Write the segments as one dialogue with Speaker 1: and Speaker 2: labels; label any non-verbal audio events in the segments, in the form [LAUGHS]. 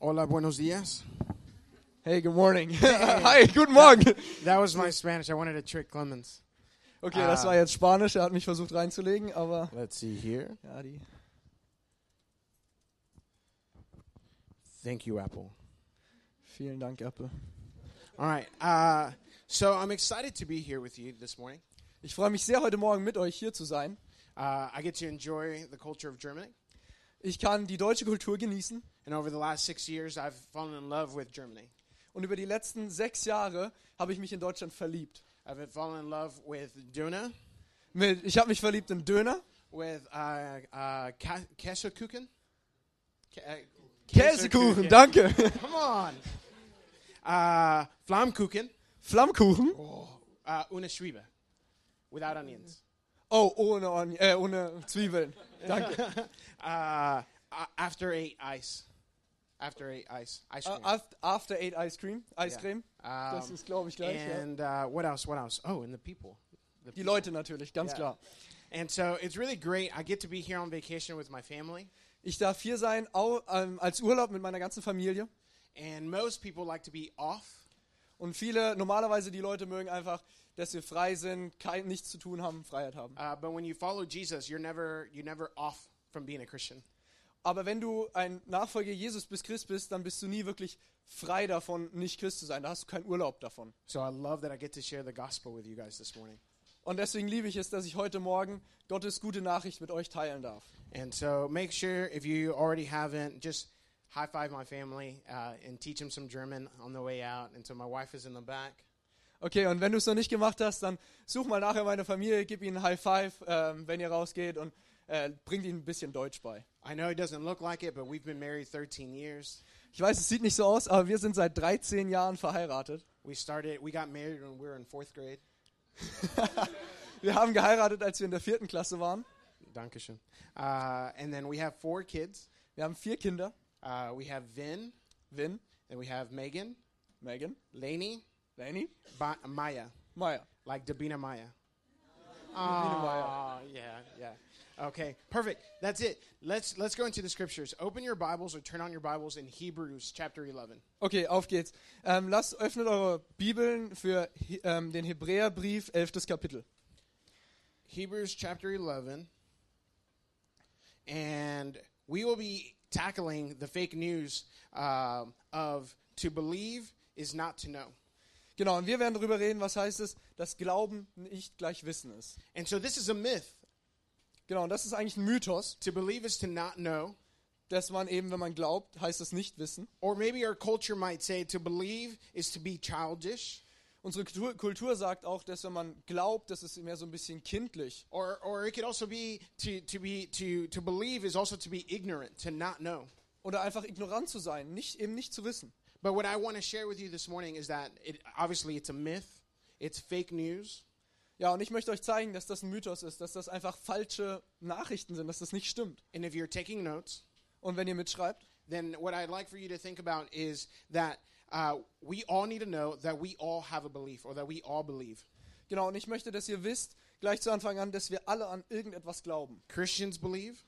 Speaker 1: Hola, buenos días.
Speaker 2: Hey, good morning. [LAUGHS] Hi, guten Morgen.
Speaker 1: That was my Spanish. I wanted to trick Clemens.
Speaker 2: Okay, das war jetzt Spanisch. Er hat mich versucht reinzulegen, aber
Speaker 1: Let's see here.
Speaker 2: ja, die.
Speaker 1: Thank you, Apple.
Speaker 2: Vielen Dank, Apple.
Speaker 1: All right. Uh, so I'm excited to be here with you this morning.
Speaker 2: Ich freue mich sehr, heute Morgen mit euch hier zu sein.
Speaker 1: Uh, I get to enjoy the culture of Germany.
Speaker 2: Ich kann die deutsche Kultur genießen
Speaker 1: And over the last six years, I've fallen in love with Germany.
Speaker 2: und über die letzten sechs Jahre habe ich mich in Deutschland verliebt.
Speaker 1: I've been fallen in love with Duna,
Speaker 2: Mit, ich habe mich verliebt in Döner,
Speaker 1: with uh, uh, Ka- Käsekuchen. Ke- uh,
Speaker 2: Käsekuchen, danke, [LAUGHS]
Speaker 1: Come on. Uh, Flammkuchen.
Speaker 2: Flammkuchen.
Speaker 1: Uh, una Schwiebe. Without onions.
Speaker 2: Oh, ohne, Oni- äh, ohne Zwiebeln. Danke.
Speaker 1: Uh, a- after eight ice. After eight ice. Ice
Speaker 2: Äh,
Speaker 1: cream.
Speaker 2: af- After Eight Ice Cream,
Speaker 1: Yeah.
Speaker 2: Eiscreme.
Speaker 1: Um,
Speaker 2: Das ist, glaube ich, gleich. Ja.
Speaker 1: and uh, what else? What else? Oh, and the people. The
Speaker 2: Die Leute natürlich, ganz
Speaker 1: Yeah.
Speaker 2: klar.
Speaker 1: And so it's really great. I get to be here on vacation with my family.
Speaker 2: Ich darf hier sein, au, ähm, als Urlaub mit meiner ganzen Familie.
Speaker 1: And most people like to be off.
Speaker 2: Und viele, normalerweise die Leute mögen einfach, dass wir frei sind, kein, nichts zu tun haben, Freiheit haben.
Speaker 1: Uh, but when you follow Jesus, you're never you're never off from being a Christian.
Speaker 2: Aber wenn du ein Nachfolger Jesus bis Christ bist, dann bist du nie wirklich frei davon, nicht Christ zu sein. Da hast du keinen Urlaub davon.
Speaker 1: So I love that I get to share the gospel with you guys this morning.
Speaker 2: Und deswegen liebe ich es, dass ich heute Morgen Gottes gute Nachricht mit euch teilen darf.
Speaker 1: And so make sure if you already haven't, just high five my family uh, and teach them some German on the way out. And so my wife is in the back.
Speaker 2: Okay, und wenn du es noch nicht gemacht hast, dann such mal nachher meine Familie, gib ihnen High Five, ähm, wenn ihr rausgeht und äh, bringt ihnen ein bisschen Deutsch bei.
Speaker 1: I know it doesn't look like it, but we've been married 13 years.
Speaker 2: Ich weiß, es sieht nicht so aus, aber wir sind seit 13 Jahren verheiratet.
Speaker 1: We started, we got married when we were in fourth grade.
Speaker 2: Wir haben geheiratet, als wir in der vierten Klasse waren.
Speaker 1: Dankeschön. Uh, and then we have four kids.
Speaker 2: Wir haben vier Kinder.
Speaker 1: Uh, we have Vin,
Speaker 2: Vin,
Speaker 1: and we have Megan,
Speaker 2: Megan,
Speaker 1: Lainey,
Speaker 2: Lainey,
Speaker 1: ba- Maya,
Speaker 2: Maya.
Speaker 1: like Dabina Maya.
Speaker 2: Maya.
Speaker 1: Oh, yeah, yeah. Okay, perfect. That's it. Let's let's go into the scriptures. Open your Bibles or turn on your Bibles in Hebrews chapter 11.
Speaker 2: Okay, auf geht's. Ähm, lasst, öffnet eure Bibeln für He- ähm, den Hebräerbrief, 11. Kapitel.
Speaker 1: Hebrews chapter 11. And we will be tackling the fake news um, of to believe is not to know.
Speaker 2: Genau, und wir werden darüber reden, was heißt es, dass Glauben nicht gleich Wissen ist.
Speaker 1: And so this is a myth.
Speaker 2: Genau, und das ist eigentlich ein Mythos,
Speaker 1: To believe is to not know.
Speaker 2: dass man eben, wenn man glaubt, heißt es nicht Wissen.
Speaker 1: Or maybe our culture might say to believe is to be childish.
Speaker 2: Unsere Kultur, Kultur sagt auch, dass wenn man glaubt, das ist mehr so ein bisschen kindlich.
Speaker 1: Or, or it could also be to, to be to, to believe is also to be ignorant, to not know.
Speaker 2: Oder einfach ignorant zu sein, nicht, eben nicht zu wissen.
Speaker 1: But what I want to share with you this morning is that it, obviously it's a myth, it's fake news,
Speaker 2: Ja, und ich möchte euch zeigen, dass das ein Mythos ist, dass das einfach falsche Nachrichten sind, dass das nicht stimmt.
Speaker 1: and if you're taking notes,
Speaker 2: Und wenn ihr mitschreibt,
Speaker 1: then what I'd like for you to think about is that uh, we all need to know that we all have a belief or that we all believe.
Speaker 2: genau, und ich möchte, dass ihr wisst, gleich zu Anfang an, dass wir alle an irgendetwas glauben.
Speaker 1: Christians believe,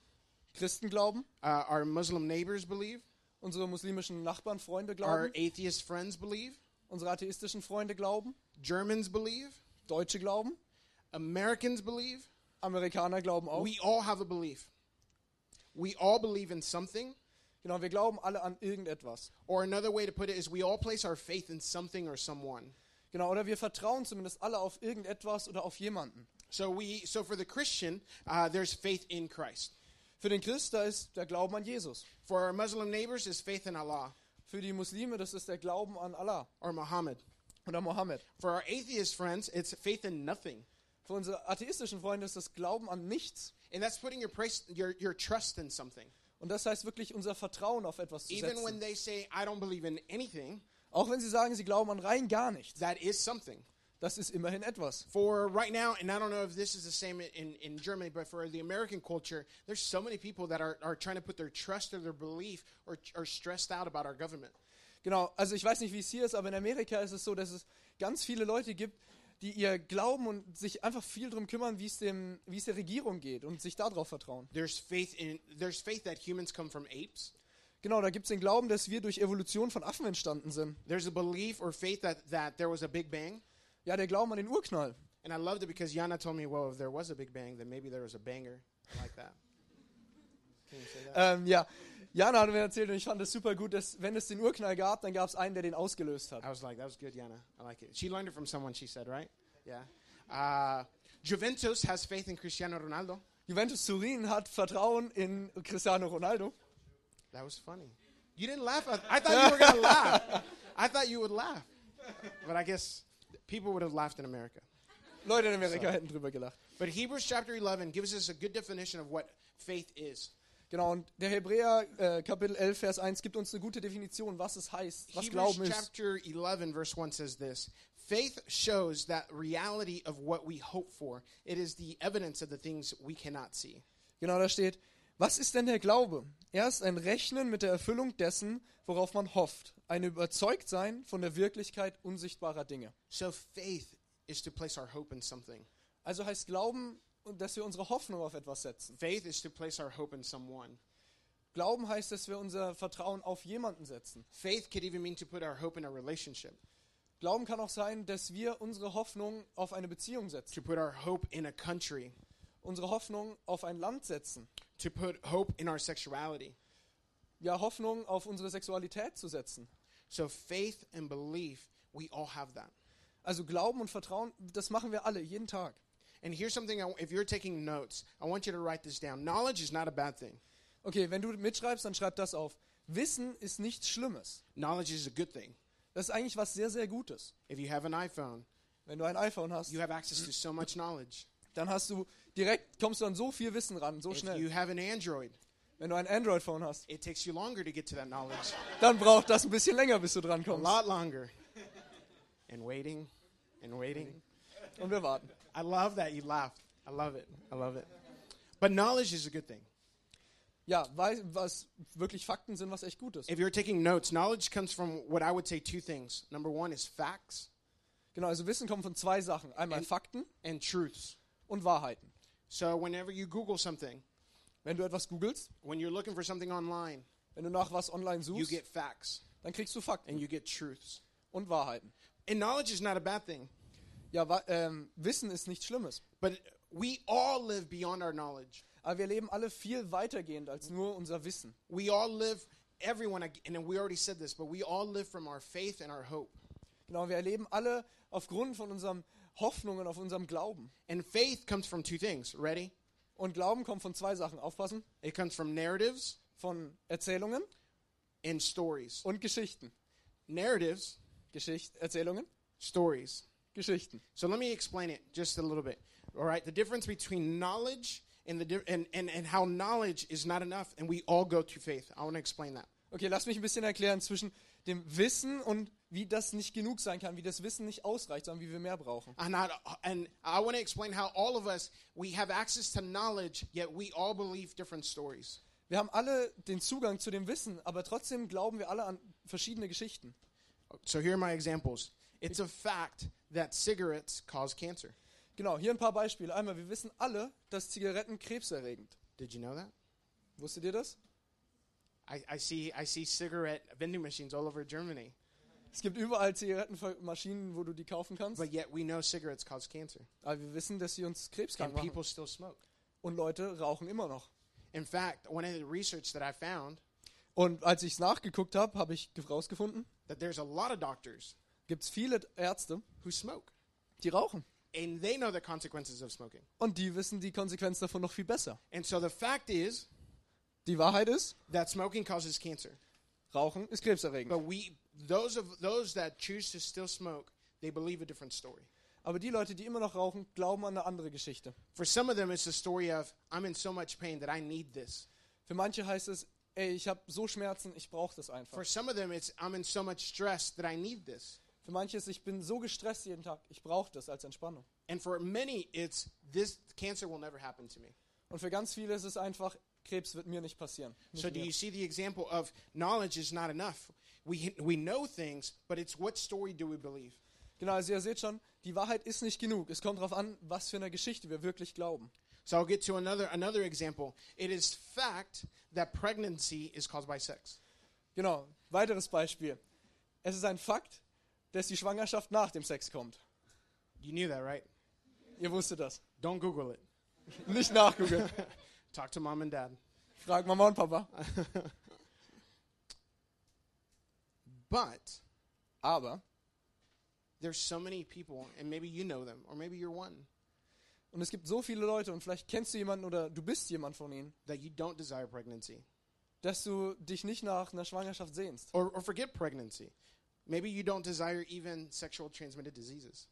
Speaker 2: Christen glauben,
Speaker 1: uh, our Muslim neighbors believe,
Speaker 2: unsere muslimischen Nachbarn, Freunde
Speaker 1: our
Speaker 2: glauben,
Speaker 1: atheist friends believe,
Speaker 2: unsere atheistischen Freunde glauben,
Speaker 1: Germans believe,
Speaker 2: Deutsche glauben,
Speaker 1: Americans believe.
Speaker 2: Amerikaner glauben auch.
Speaker 1: We all have a belief. We all believe in something,
Speaker 2: Genau, wir glauben alle an irgendetwas.
Speaker 1: or another way to put it is we all place our faith in something or someone.
Speaker 2: Genau, oder wir vertrauen zumindest alle auf irgendetwas oder auf jemanden.
Speaker 1: So we, so for the Christian, uh, there's faith in Christ.
Speaker 2: Für den Christ, da ist der Glauben an Jesus.
Speaker 1: For our Muslim neighbors, is faith in Allah
Speaker 2: Für die Muslime, das ist der Glauben an Allah
Speaker 1: or Muhammad.
Speaker 2: oder Mohammed.
Speaker 1: For our atheist friends, it's faith in nothing,
Speaker 2: Für unsere atheistischen Freunde ist das Glauben an nichts.
Speaker 1: and that's putting your price, your your trust in something.
Speaker 2: Und das heißt wirklich unser Vertrauen auf etwas zu
Speaker 1: Even when
Speaker 2: setzen.
Speaker 1: they say, "I don't believe in anything,"
Speaker 2: Auch wenn sie sagen, sie glauben an rein gar nichts.
Speaker 1: that is something.
Speaker 2: Das ist immerhin etwas.
Speaker 1: For right now, and I don't know if this is the same in, in Germany, but for the American culture, there's so many people that are, are trying to put their trust or their belief or are stressed out about our government.
Speaker 2: Genau, also ich weiß nicht, wie es hier ist, aber in Amerika ist es so, dass es ganz viele Leute gibt, die ihr glauben und sich einfach viel drum kümmern, wie es, dem, wie es der Regierung geht und sich darauf vertrauen.
Speaker 1: There's faith in there's faith that humans come from apes.
Speaker 2: Genau, da gibt es den Glauben, dass wir durch Evolution von Affen entstanden sind.
Speaker 1: There's a belief or faith that, that there was a Big Bang.
Speaker 2: Ja, der Glauben an den Urknall.
Speaker 1: And I loved it because Yana told me, well, if there was a Big Bang, then maybe there was a banger I like that. Can you say that?
Speaker 2: Ähm, ja, Jana hat mir erzählt und ich fand es super gut, dass wenn es den Urknall gab, dann gab es einen, der den ausgelöst hat.
Speaker 1: I was like, that was good, Yana. I like it. She learned it from someone, she said, right? Yeah. Uh, Juventus has faith in Cristiano Ronaldo.
Speaker 2: Juventus Turin hat Vertrauen in Cristiano Ronaldo.
Speaker 1: That was funny. You didn't laugh. at- I thought you were going to laugh. I thought you would laugh. But I guess people would have laughed in America.
Speaker 2: Leute in Amerika hätten drüber gelacht.
Speaker 1: But Hebrews chapter 11 gives us a good definition of what faith is.
Speaker 2: Genau, und der Hebräer äh, Kapitel 11, Vers 1 gibt uns eine gute Definition, was es heißt, was
Speaker 1: Hebrews
Speaker 2: Glauben ist.
Speaker 1: chapter 11, verse 1 says this Faith shows that reality of what we hope for, it is the evidence of the things we cannot see.
Speaker 2: Genau, da steht, was ist denn der Glaube? Er ist ein Rechnen mit der Erfüllung dessen, worauf man hofft. Ein Überzeugtsein von der Wirklichkeit unsichtbarer Dinge.
Speaker 1: So faith is to place our hope in something,
Speaker 2: Also heißt Glauben, dass wir unsere Hoffnung auf etwas setzen.
Speaker 1: faith is to place our hope in someone.
Speaker 2: Glauben heißt, dass wir unser Vertrauen auf jemanden setzen.
Speaker 1: Faith could even mean to put our hope in a relationship,
Speaker 2: Glauben kann auch sein, dass wir unsere Hoffnung auf eine Beziehung setzen,
Speaker 1: to put our hope in a country,
Speaker 2: unsere Hoffnung auf ein Land setzen,
Speaker 1: to put hope in our sexuality.
Speaker 2: ja Hoffnung auf unsere Sexualität zu setzen.
Speaker 1: So faith and belief, we all have that.
Speaker 2: Also Glauben und Vertrauen, das machen wir alle jeden Tag.
Speaker 1: And here's something, I, if you're taking notes, I want you to write this down. Knowledge is not a bad thing.
Speaker 2: Okay, wenn du mitschreibst, dann schreib das auf. Wissen ist nichts Schlimmes.
Speaker 1: Knowledge is a good thing.
Speaker 2: Das ist eigentlich was sehr, sehr Gutes.
Speaker 1: If you have an iPhone,
Speaker 2: Wenn du ein iPhone hast,
Speaker 1: you have access to so much knowledge.
Speaker 2: dann hast du direkt, kommst du an so viel Wissen ran, so
Speaker 1: If you
Speaker 2: schnell.
Speaker 1: have an Android,
Speaker 2: Wenn du ein Android-Phone hast,
Speaker 1: it takes you longer to get to that knowledge.
Speaker 2: dann braucht das ein bisschen länger, bis du dran
Speaker 1: A
Speaker 2: kommst.
Speaker 1: lot longer. And waiting and waiting.
Speaker 2: Und wir warten.
Speaker 1: I love that you laughed. I love it. I love it. But knowledge is a good thing.
Speaker 2: Ja, weil, was wirklich Fakten sind, was echt gut ist.
Speaker 1: If you're taking notes, knowledge comes from what I would say two things. Number one is facts
Speaker 2: Genau, also Wissen kommt von zwei Sachen. Einmal Fakten
Speaker 1: and truths.
Speaker 2: und Wahrheiten.
Speaker 1: So whenever you Google something,
Speaker 2: Wenn du etwas googelst,
Speaker 1: when you're looking for something online,
Speaker 2: wenn du nach was online
Speaker 1: you
Speaker 2: suchst,
Speaker 1: get facts
Speaker 2: dann kriegst du
Speaker 1: and
Speaker 2: Fakten
Speaker 1: you get truths.
Speaker 2: und Wahrheiten.
Speaker 1: And knowledge is not a bad thing,
Speaker 2: Ja, wa ähm, Wissen ist nichts Schlimmes.
Speaker 1: but we all live beyond our knowledge.
Speaker 2: Aber wir leben alle viel weitergehend als nur unser Wissen.
Speaker 1: We all live, everyone, and we already said this, but we all live from our faith and our hope.
Speaker 2: Genau, wir erleben alle aufgrund von unserem Hoffnungen, auf unserem Glauben.
Speaker 1: And faith comes from two things. Ready?
Speaker 2: Und Glauben kommt von zwei Sachen. Aufpassen.
Speaker 1: It comes from narratives
Speaker 2: Von Erzählungen
Speaker 1: and stories.
Speaker 2: und Geschichten.
Speaker 1: Narratives,
Speaker 2: Geschicht Erzählungen,
Speaker 1: stories.
Speaker 2: Geschichten.
Speaker 1: So let me explain it just a little bit. All right, the difference between knowledge and the di- and, and, and how knowledge is not enough, and we all go to faith. I want to explain that.
Speaker 2: Okay, lass mich ein bisschen erklären zwischen dem Wissen und wie das nicht genug sein kann, wie das Wissen nicht ausreicht, sondern wie wir mehr brauchen.
Speaker 1: And I, and I want to explain how all of us we have access to knowledge, yet we all believe different stories.
Speaker 2: Wir haben alle den Zugang zu dem Wissen, aber trotzdem glauben wir alle an verschiedene Geschichten.
Speaker 1: So here are my examples. It's a fact that cigarettes cause cancer.
Speaker 2: Genau, hier ein paar Beispiele. Einmal, wir wissen alle, dass Zigaretten krebserregend.
Speaker 1: Did you know that?
Speaker 2: Wusstet ihr das?
Speaker 1: I, I see I see cigarette vending machines all over Germany,
Speaker 2: Es gibt überall Zigarettenmaschinen, wo du die kaufen kannst.
Speaker 1: but yet we know cigarettes cause cancer,
Speaker 2: Aber wir wissen, dass sie uns krebskrank
Speaker 1: and
Speaker 2: machen.
Speaker 1: people still smoke.
Speaker 2: Und Leute rauchen immer noch.
Speaker 1: In fact, one of the research that I found
Speaker 2: Und als ich es nachgeguckt habe, habe ich rausgefunden,
Speaker 1: that there's a lot of doctors
Speaker 2: gibt es viele Ärzte,
Speaker 1: who smoke,
Speaker 2: die rauchen.
Speaker 1: and they know the consequences of smoking.
Speaker 2: Und die wissen die Konsequenz davon noch viel besser.
Speaker 1: And so the fact is
Speaker 2: Die Wahrheit ist,
Speaker 1: that smoking causes cancer,
Speaker 2: Rauchen ist krebserregend.
Speaker 1: but we those of those that choose to still smoke, they believe a different story.
Speaker 2: Aber die Leute, die immer noch rauchen, glauben an eine andere Geschichte.
Speaker 1: For some of them, it's the story of I'm in so much pain that I need this.
Speaker 2: Für manche heißt es, ey, ich habe so Schmerzen, ich brauche das einfach.
Speaker 1: For some of them, it's I'm in so much stress that I need this.
Speaker 2: Für manche ist, ich bin so gestresst jeden Tag, ich brauche das als Entspannung.
Speaker 1: And for many, it's this cancer will never happen to me.
Speaker 2: Und für ganz viele ist es einfach, Krebs wird mir nicht passieren. Nicht
Speaker 1: So do
Speaker 2: mir.
Speaker 1: you see the example of knowledge is not enough? We we know things, but it's what story do we believe?
Speaker 2: Genau, also ihr seht schon, die Wahrheit ist nicht genug. Es kommt darauf an, was für eine Geschichte wir wirklich glauben.
Speaker 1: So I'll get to another another example. It is fact that pregnancy is caused by sex.
Speaker 2: Genau, weiteres Beispiel. Es ist ein Fakt, dass die Schwangerschaft nach dem Sex kommt.
Speaker 1: You knew that, right?
Speaker 2: Ihr wusstet das.
Speaker 1: Don't Google it.
Speaker 2: Nicht nachgoogeln.
Speaker 1: Talk to mom and dad.
Speaker 2: Frag Mama und Papa.
Speaker 1: But
Speaker 2: Aber,
Speaker 1: there's so many people, and maybe you know them, or maybe you're one,
Speaker 2: und es gibt so viele Leute, und vielleicht kennst du jemanden oder du bist jemand von ihnen,
Speaker 1: that you don't desire pregnancy
Speaker 2: dass du dich nicht nach einer Schwangerschaft sehnst.
Speaker 1: or, or forget pregnancy. Maybe you don't desire even sexual transmitted diseases.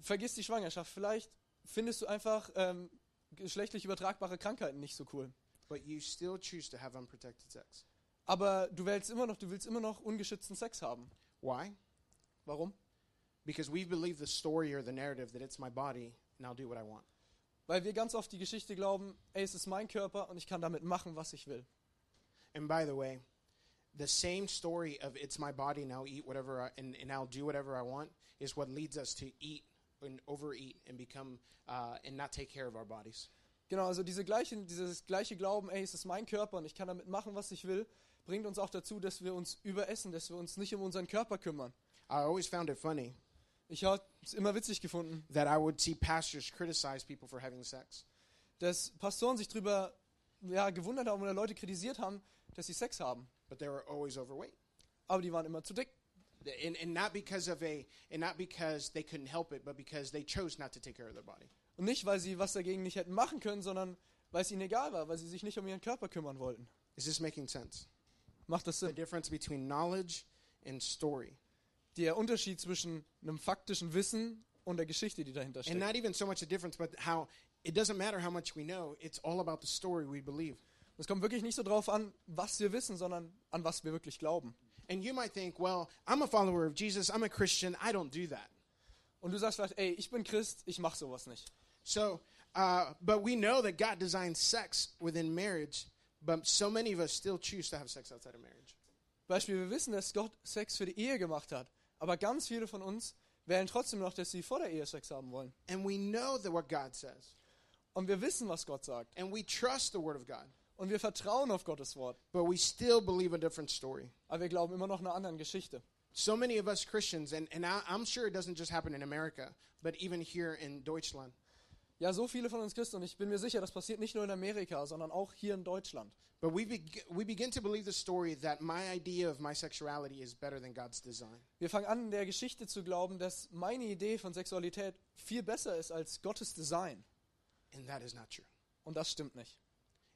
Speaker 2: Vergiss die Schwangerschaft. Vielleicht findest du einfach ähm, geschlechtlich übertragbare Krankheiten nicht so cool.
Speaker 1: But you still choose to have unprotected sex.
Speaker 2: Aber du willst immer noch, du willst immer noch ungeschützten Sex haben.
Speaker 1: Why?
Speaker 2: Warum?
Speaker 1: Because we believe the story or the narrative that it's my body and I'll do what I want.
Speaker 2: Weil wir ganz oft die Geschichte glauben, ey, es ist mein Körper und ich kann damit machen, was ich will.
Speaker 1: And by the way, the same story of it's my body and I'll eat whatever I, and, and I'll do whatever I want is what leads us to eat and overeat and become uh, and not take care of our bodies.
Speaker 2: Genau, also diese gleichen, dieses gleiche Glauben, ey, es ist mein Körper und ich kann damit machen, was ich will, bringt uns auch dazu, dass wir uns überessen, dass wir uns nicht um unseren Körper kümmern.
Speaker 1: I always found it funny
Speaker 2: Ich habe es immer witzig gefunden,
Speaker 1: that I would see pastors criticize people for having sex.
Speaker 2: dass Pastoren sich drüber ja, gewundert haben oder Leute kritisiert haben, dass sie Sex haben.
Speaker 1: but they were always overweight
Speaker 2: Aber die waren immer zu dick.
Speaker 1: The- and, and not because of a and not because they couldn't help it but because they chose not to take care of their body
Speaker 2: Und nicht, weil sie was dagegen nicht hätten machen können, sondern weil es ihnen egal war, weil sie sich nicht um ihren Körper kümmern wollten.
Speaker 1: is this making sense
Speaker 2: Macht das
Speaker 1: the
Speaker 2: Sinn?
Speaker 1: difference between knowledge and story
Speaker 2: Der Unterschied zwischen einem faktischen Wissen und der Geschichte, die dahinter
Speaker 1: and
Speaker 2: steckt.
Speaker 1: not even so much a difference but how it doesn't matter how much we know it's all about the story we believe
Speaker 2: Es kommt wirklich nicht so drauf an, was wir wissen, sondern an was wir wirklich glauben.
Speaker 1: and you might think well i'm a follower of jesus i'm a christian i don't do that
Speaker 2: Und du sagst vielleicht, ey, ich bin Christ, ich mach sowas nicht.
Speaker 1: so uh, but we know that god designed sex within marriage but so many of us still choose to have sex outside of marriage
Speaker 2: Beispiel, wir wissen, dass Gott Sex für die Ehe gemacht hat. Aber ganz viele von uns wählen trotzdem noch, dass sie vor der Ehe Sex haben wollen.
Speaker 1: and we know that what god says
Speaker 2: Und wir wissen, was Gott sagt.
Speaker 1: and we trust the word of god
Speaker 2: Und wir vertrauen auf Gottes Wort.
Speaker 1: but we still believe a different story.
Speaker 2: Aber wir glauben immer noch einer anderen Geschichte.
Speaker 1: So many of us Christians, and, and I, I'm sure it doesn't just happen in America, but even here in Deutschland,
Speaker 2: Ja, so viele von uns Christen, und ich bin mir sicher, das passiert nicht nur in Amerika, sondern auch hier in Deutschland.
Speaker 1: but we, beg we begin to believe the story that my idea of my sexuality is better than God's design.
Speaker 2: Wir fangen an, der Geschichte zu glauben, dass meine Idee von Sexualität viel besser ist als Gottes Design.
Speaker 1: And that is not true.
Speaker 2: Und das stimmt nicht.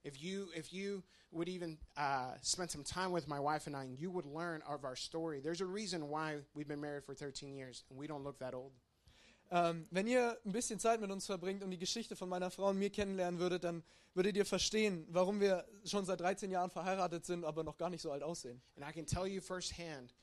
Speaker 1: If you, if you would even uh, spend some time with my wife and I, and you would learn of our story. There's a reason why we've been married for 13 years, and we don't look that old.
Speaker 2: Ähm, wenn ihr ein bisschen Zeit mit uns verbringt und die Geschichte von meiner Frau und mir kennenlernen würdet, dann würdet ihr verstehen, warum wir schon seit 13 Jahren verheiratet sind, aber noch gar nicht so alt aussehen.
Speaker 1: And I can tell you firsthand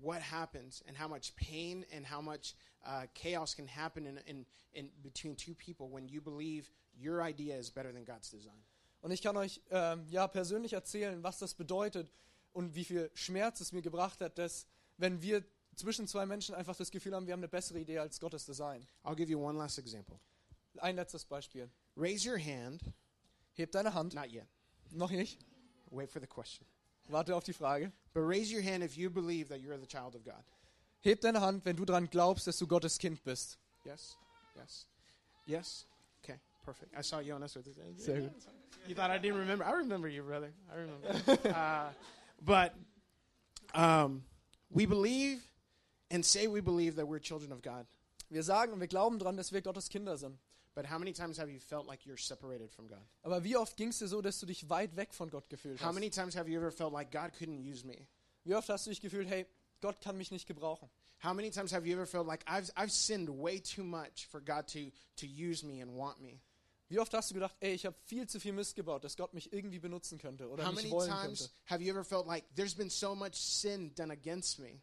Speaker 1: what happens and how much pain and how much uh, chaos can happen in, in, in between two people when you believe your idea is better than God's design.
Speaker 2: Und ich kann euch ähm, ja persönlich erzählen, was das bedeutet und wie viel Schmerz es mir gebracht hat, dass wenn wir zwischen zwei Menschen einfach das Gefühl haben, wir haben eine bessere Idee als Gottes Design.
Speaker 1: I'll give you one last example.
Speaker 2: Ein letztes Beispiel.
Speaker 1: Raise your hand.
Speaker 2: Heb deine Hand.
Speaker 1: Not yet.
Speaker 2: Noch nicht.
Speaker 1: Wait for the question.
Speaker 2: Warte auf die Frage.
Speaker 1: But raise your hand if you believe that you're the child of God.
Speaker 2: Heb deine Hand, wenn du daran glaubst, dass du Gottes Kind bist.
Speaker 1: Yes? Yes? Yes? Okay, perfect. I saw Jonas with his hand.
Speaker 2: Sehr gut.
Speaker 1: You thought I didn't remember? I remember you, brother. I remember. [LAUGHS] uh, but um, we believe and say we believe that we're children of God.
Speaker 2: Wir sagen und wir glauben daran, dass wir Gottes Kinder sind.
Speaker 1: But how many times have you felt like you're separated from God?
Speaker 2: Aber wie oft ging es dir so, dass du dich weit weg von Gott gefühlt
Speaker 1: How
Speaker 2: hast?
Speaker 1: many times have you ever felt like God couldn't use me?
Speaker 2: Wie oft hast du dich gefühlt, hey, Gott kann mich nicht gebrauchen?
Speaker 1: How many times have you ever felt like I've, I've sinned way too much for God to, to use me and want me?
Speaker 2: Wie oft hast du gedacht, ey, ich habe viel zu viel Mist gebaut, dass Gott mich irgendwie benutzen könnte oder
Speaker 1: How
Speaker 2: mich
Speaker 1: many
Speaker 2: wollen
Speaker 1: times
Speaker 2: könnte?
Speaker 1: have you ever felt like there's been so much sin done against me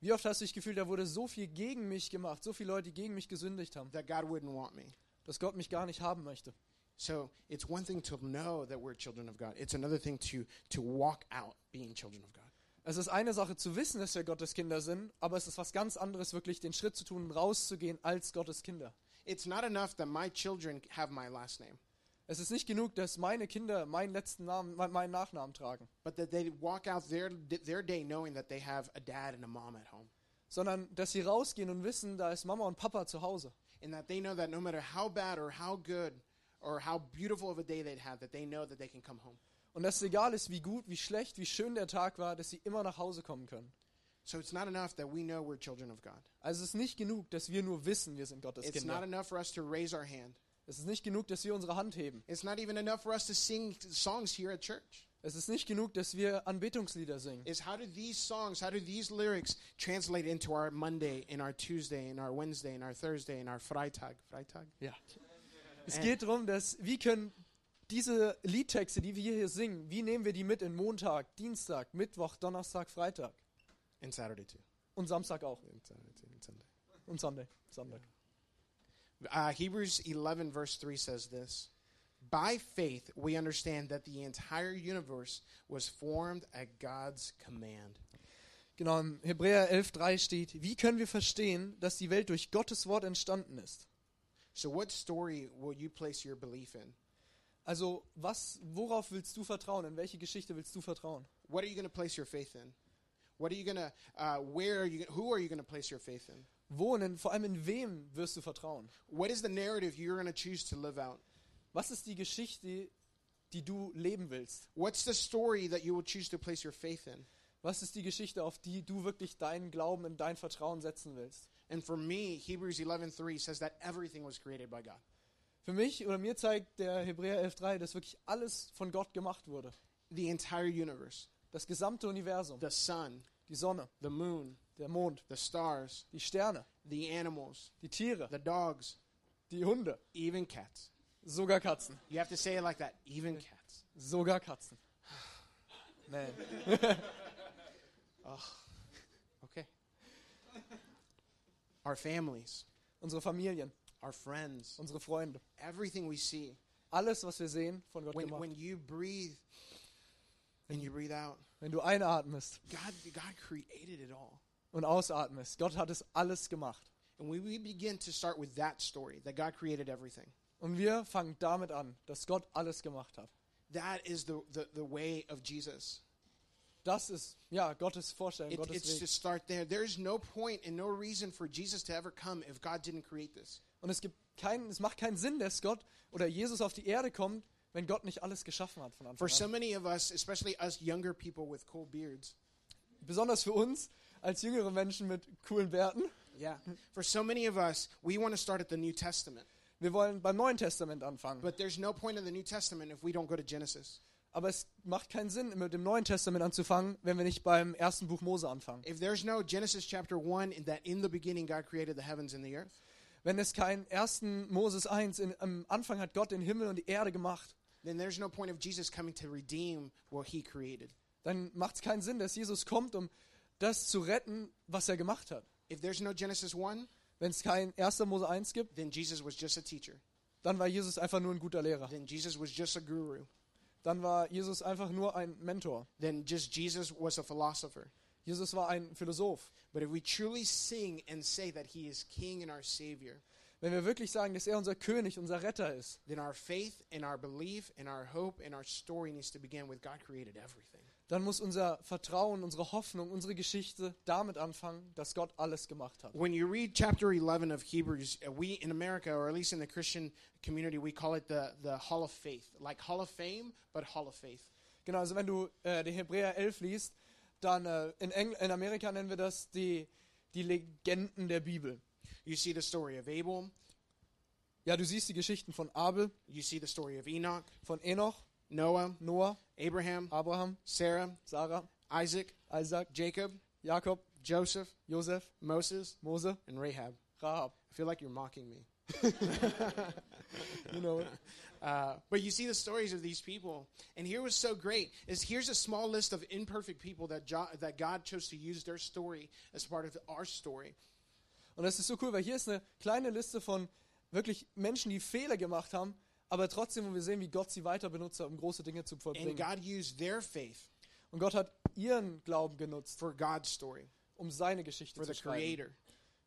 Speaker 2: Wie oft hast du dich gefühlt, da wurde so viel gegen mich gemacht, so viele Leute, die gegen mich gesündigt haben,
Speaker 1: that God wouldn't want me?
Speaker 2: dass Gott mich gar nicht haben möchte.
Speaker 1: So it's one thing to know that we're children of God. It's another thing to to walk out being children of God.
Speaker 2: Es ist eine Sache zu wissen, dass wir Gottes Kinder sind, aber es ist was ganz anderes, wirklich den Schritt zu tun und rauszugehen als Gottes Kinder.
Speaker 1: It's not enough that my children have my last name.
Speaker 2: Es ist nicht genug, dass meine Kinder meinen letzten Namen, me- meinen Nachnamen tragen,
Speaker 1: but that they walk out their, their day knowing that they have a dad and a mom at home.
Speaker 2: sondern dass sie rausgehen und wissen, da ist Mama und Papa zu Hause.
Speaker 1: And that they know that no matter how bad or how good or how beautiful of a day they'd had, that they know that they can come home.
Speaker 2: Und dass es egal ist, wie gut, wie schlecht, wie schön der Tag war, dass sie immer nach Hause kommen können.
Speaker 1: So it's not enough that we know we're children of God.
Speaker 2: Also es ist nicht genug, dass wir nur wissen, wir sind Gottes
Speaker 1: It's not
Speaker 2: Kinder.
Speaker 1: enough for us to raise our hand.
Speaker 2: Es ist nicht genug, dass wir unsere Hand heben.
Speaker 1: It's not even enough for us to sing songs here at church.
Speaker 2: Es ist nicht genug, dass wir Anbetungslieder singen.
Speaker 1: Is how do these songs, how do these lyrics translate into our Monday, in our Tuesday, in our Wednesday, in our Thursday, in our Freitag? Freitag?
Speaker 2: Ja. Es
Speaker 1: Äh.
Speaker 2: geht darum, dass wie können diese Liedtexte, die wir hier singen, wie nehmen wir die mit in Montag, Dienstag, Mittwoch, Donnerstag, Freitag
Speaker 1: And Saturday too.
Speaker 2: und Samstag auch
Speaker 1: And Saturday too, and Sunday.
Speaker 2: und Sunday. Sunday.
Speaker 1: Uh, Hebrews 11, verse 3 says this By faith, we understand that the entire universe was formed at God's command.
Speaker 2: Genau, im Hebräer 11.3 steht, wie können wir verstehen, dass die Welt durch Gottes Wort entstanden ist?
Speaker 1: So, what story will you place your belief in?
Speaker 2: Also, was, worauf willst du vertrauen? In welche Geschichte willst du vertrauen?
Speaker 1: What are you going to place your faith in? What are you going to, uh, where are you, who are you going to place your faith in?
Speaker 2: Wo und in, vor allem in wem wirst du vertrauen?
Speaker 1: What is the narrative you're going to choose to live out?
Speaker 2: Was ist die Geschichte, die du leben willst?
Speaker 1: What's the story that you will choose to place your faith in?
Speaker 2: Was ist die Geschichte, auf die du wirklich deinen Glauben und dein Vertrauen setzen willst?
Speaker 1: And for me, Hebrews 11:3 says that everything was created by God.
Speaker 2: Für mich oder mir zeigt der Hebräer 11.3, dass wirklich alles von Gott gemacht wurde.
Speaker 1: The entire universe,
Speaker 2: Das gesamte Universum,
Speaker 1: the sun,
Speaker 2: die Sonne,
Speaker 1: the moon,
Speaker 2: der Mond,
Speaker 1: the stars,
Speaker 2: die Sterne,
Speaker 1: the animals,
Speaker 2: die Tiere,
Speaker 1: the dogs,
Speaker 2: die Hunde,
Speaker 1: even cats.
Speaker 2: sogar Katzen.
Speaker 1: You have to say it like that, even cats.
Speaker 2: Sogar Katzen. Nein.
Speaker 1: Okay. [LAUGHS] Our families,
Speaker 2: Unsere Familien,
Speaker 1: our friends,
Speaker 2: unsere Freunde.
Speaker 1: everything we see.
Speaker 2: Alles, was wir sehen, von Gott
Speaker 1: When,
Speaker 2: gemacht.
Speaker 1: when you breathe and you breathe out,
Speaker 2: Wenn du einatmest
Speaker 1: God, God created it all.
Speaker 2: und ausatmest, Gott hat es alles gemacht.
Speaker 1: And we, we begin to start with that story that God created everything.
Speaker 2: Und wir fangen damit an, dass Gott alles gemacht hat.
Speaker 1: That is the, the, the way of Jesus.
Speaker 2: Das ist, ja, Gottes Vorstellung,
Speaker 1: It,
Speaker 2: Gottes
Speaker 1: it's
Speaker 2: Weg.
Speaker 1: to start there. There is no point and no reason for Jesus to ever come if God didn't create this.
Speaker 2: Und es gibt keinen, es macht keinen Sinn, dass Gott oder Jesus auf die Erde kommt, wenn Gott nicht alles geschaffen hat von
Speaker 1: For
Speaker 2: Anfang
Speaker 1: so
Speaker 2: an.
Speaker 1: many of us, especially us younger people with cool beards,
Speaker 2: Besonders für uns als jüngere Menschen mit coolen Bärten.
Speaker 1: yeah. For so many of us, we want to start at the New Testament.
Speaker 2: Wir wollen beim Neuen Testament anfangen.
Speaker 1: But there's no point in the New Testament if we don't go to Genesis.
Speaker 2: Aber es macht keinen Sinn, mit dem Neuen Testament anzufangen, wenn wir nicht beim ersten Buch Mose anfangen.
Speaker 1: If there's no Genesis chapter 1 in that in the beginning God created the heavens and the earth,
Speaker 2: Wenn es keinen ersten Moses 1, in, am Anfang hat Gott den Himmel und die Erde gemacht,
Speaker 1: then there's no point of Jesus coming to redeem what he created.
Speaker 2: dann macht es keinen Sinn, dass Jesus kommt, um das zu retten, was er gemacht hat.
Speaker 1: If there's no Genesis 1,
Speaker 2: Wenn es kein 1. Mose 1 gibt,
Speaker 1: then Jesus was just a teacher.
Speaker 2: dann war Jesus einfach nur ein guter Lehrer.
Speaker 1: Then Jesus was just a guru.
Speaker 2: Dann war Jesus einfach nur ein Mentor.
Speaker 1: Then just Jesus was a philosopher.
Speaker 2: Jesus war ein Philosoph.
Speaker 1: But if we truly sing and say that he is king and our savior,
Speaker 2: Wenn wir wirklich sagen, dass er unser König, unser Retter ist,
Speaker 1: then our faith and our belief and our hope and our story needs to begin with God created everything.
Speaker 2: dann muss unser Vertrauen, unsere Hoffnung, unsere Geschichte damit anfangen, dass Gott alles gemacht hat.
Speaker 1: When you read chapter 11 of Hebrews, uh, we in America, or at least in the Christian community, we call it the, the Hall of Faith. Like Hall of Fame, but Hall of Faith.
Speaker 2: Genau, also wenn du äh, den Hebräer 11 liest, dann äh, in, Engl in Amerika nennen wir das die, die Legenden der Bibel.
Speaker 1: You see the story of Abel,
Speaker 2: Ja, du siehst die Geschichten von Abel,
Speaker 1: you see the story of Enoch,
Speaker 2: von Enoch,
Speaker 1: Noah,
Speaker 2: Noah,
Speaker 1: Abraham,
Speaker 2: Abraham,
Speaker 1: Sarah,
Speaker 2: Sarah,
Speaker 1: Isaac,
Speaker 2: Isaac,
Speaker 1: Jacob,
Speaker 2: Jakob,
Speaker 1: Joseph,
Speaker 2: Josef,
Speaker 1: Moses,
Speaker 2: Mose,
Speaker 1: and Rahab.
Speaker 2: Rahab.
Speaker 1: I feel like you're mocking me.
Speaker 2: You know it.
Speaker 1: Uh, but you see the stories of these people, and here was so great is here's a small list of imperfect people that jo- that God chose to use their story as part of our story.
Speaker 2: Und das ist so cool, weil hier ist eine kleine Liste von wirklich Menschen, die Fehler gemacht haben, aber trotzdem, wo wir sehen, wie Gott sie weiter benutzt hat, um große Dinge zu
Speaker 1: And
Speaker 2: vollbringen.
Speaker 1: God used their faith
Speaker 2: Und Gott hat ihren Glauben genutzt,
Speaker 1: for God's story,
Speaker 2: um seine Geschichte
Speaker 1: for
Speaker 2: zu
Speaker 1: the
Speaker 2: schreiben.
Speaker 1: Creator.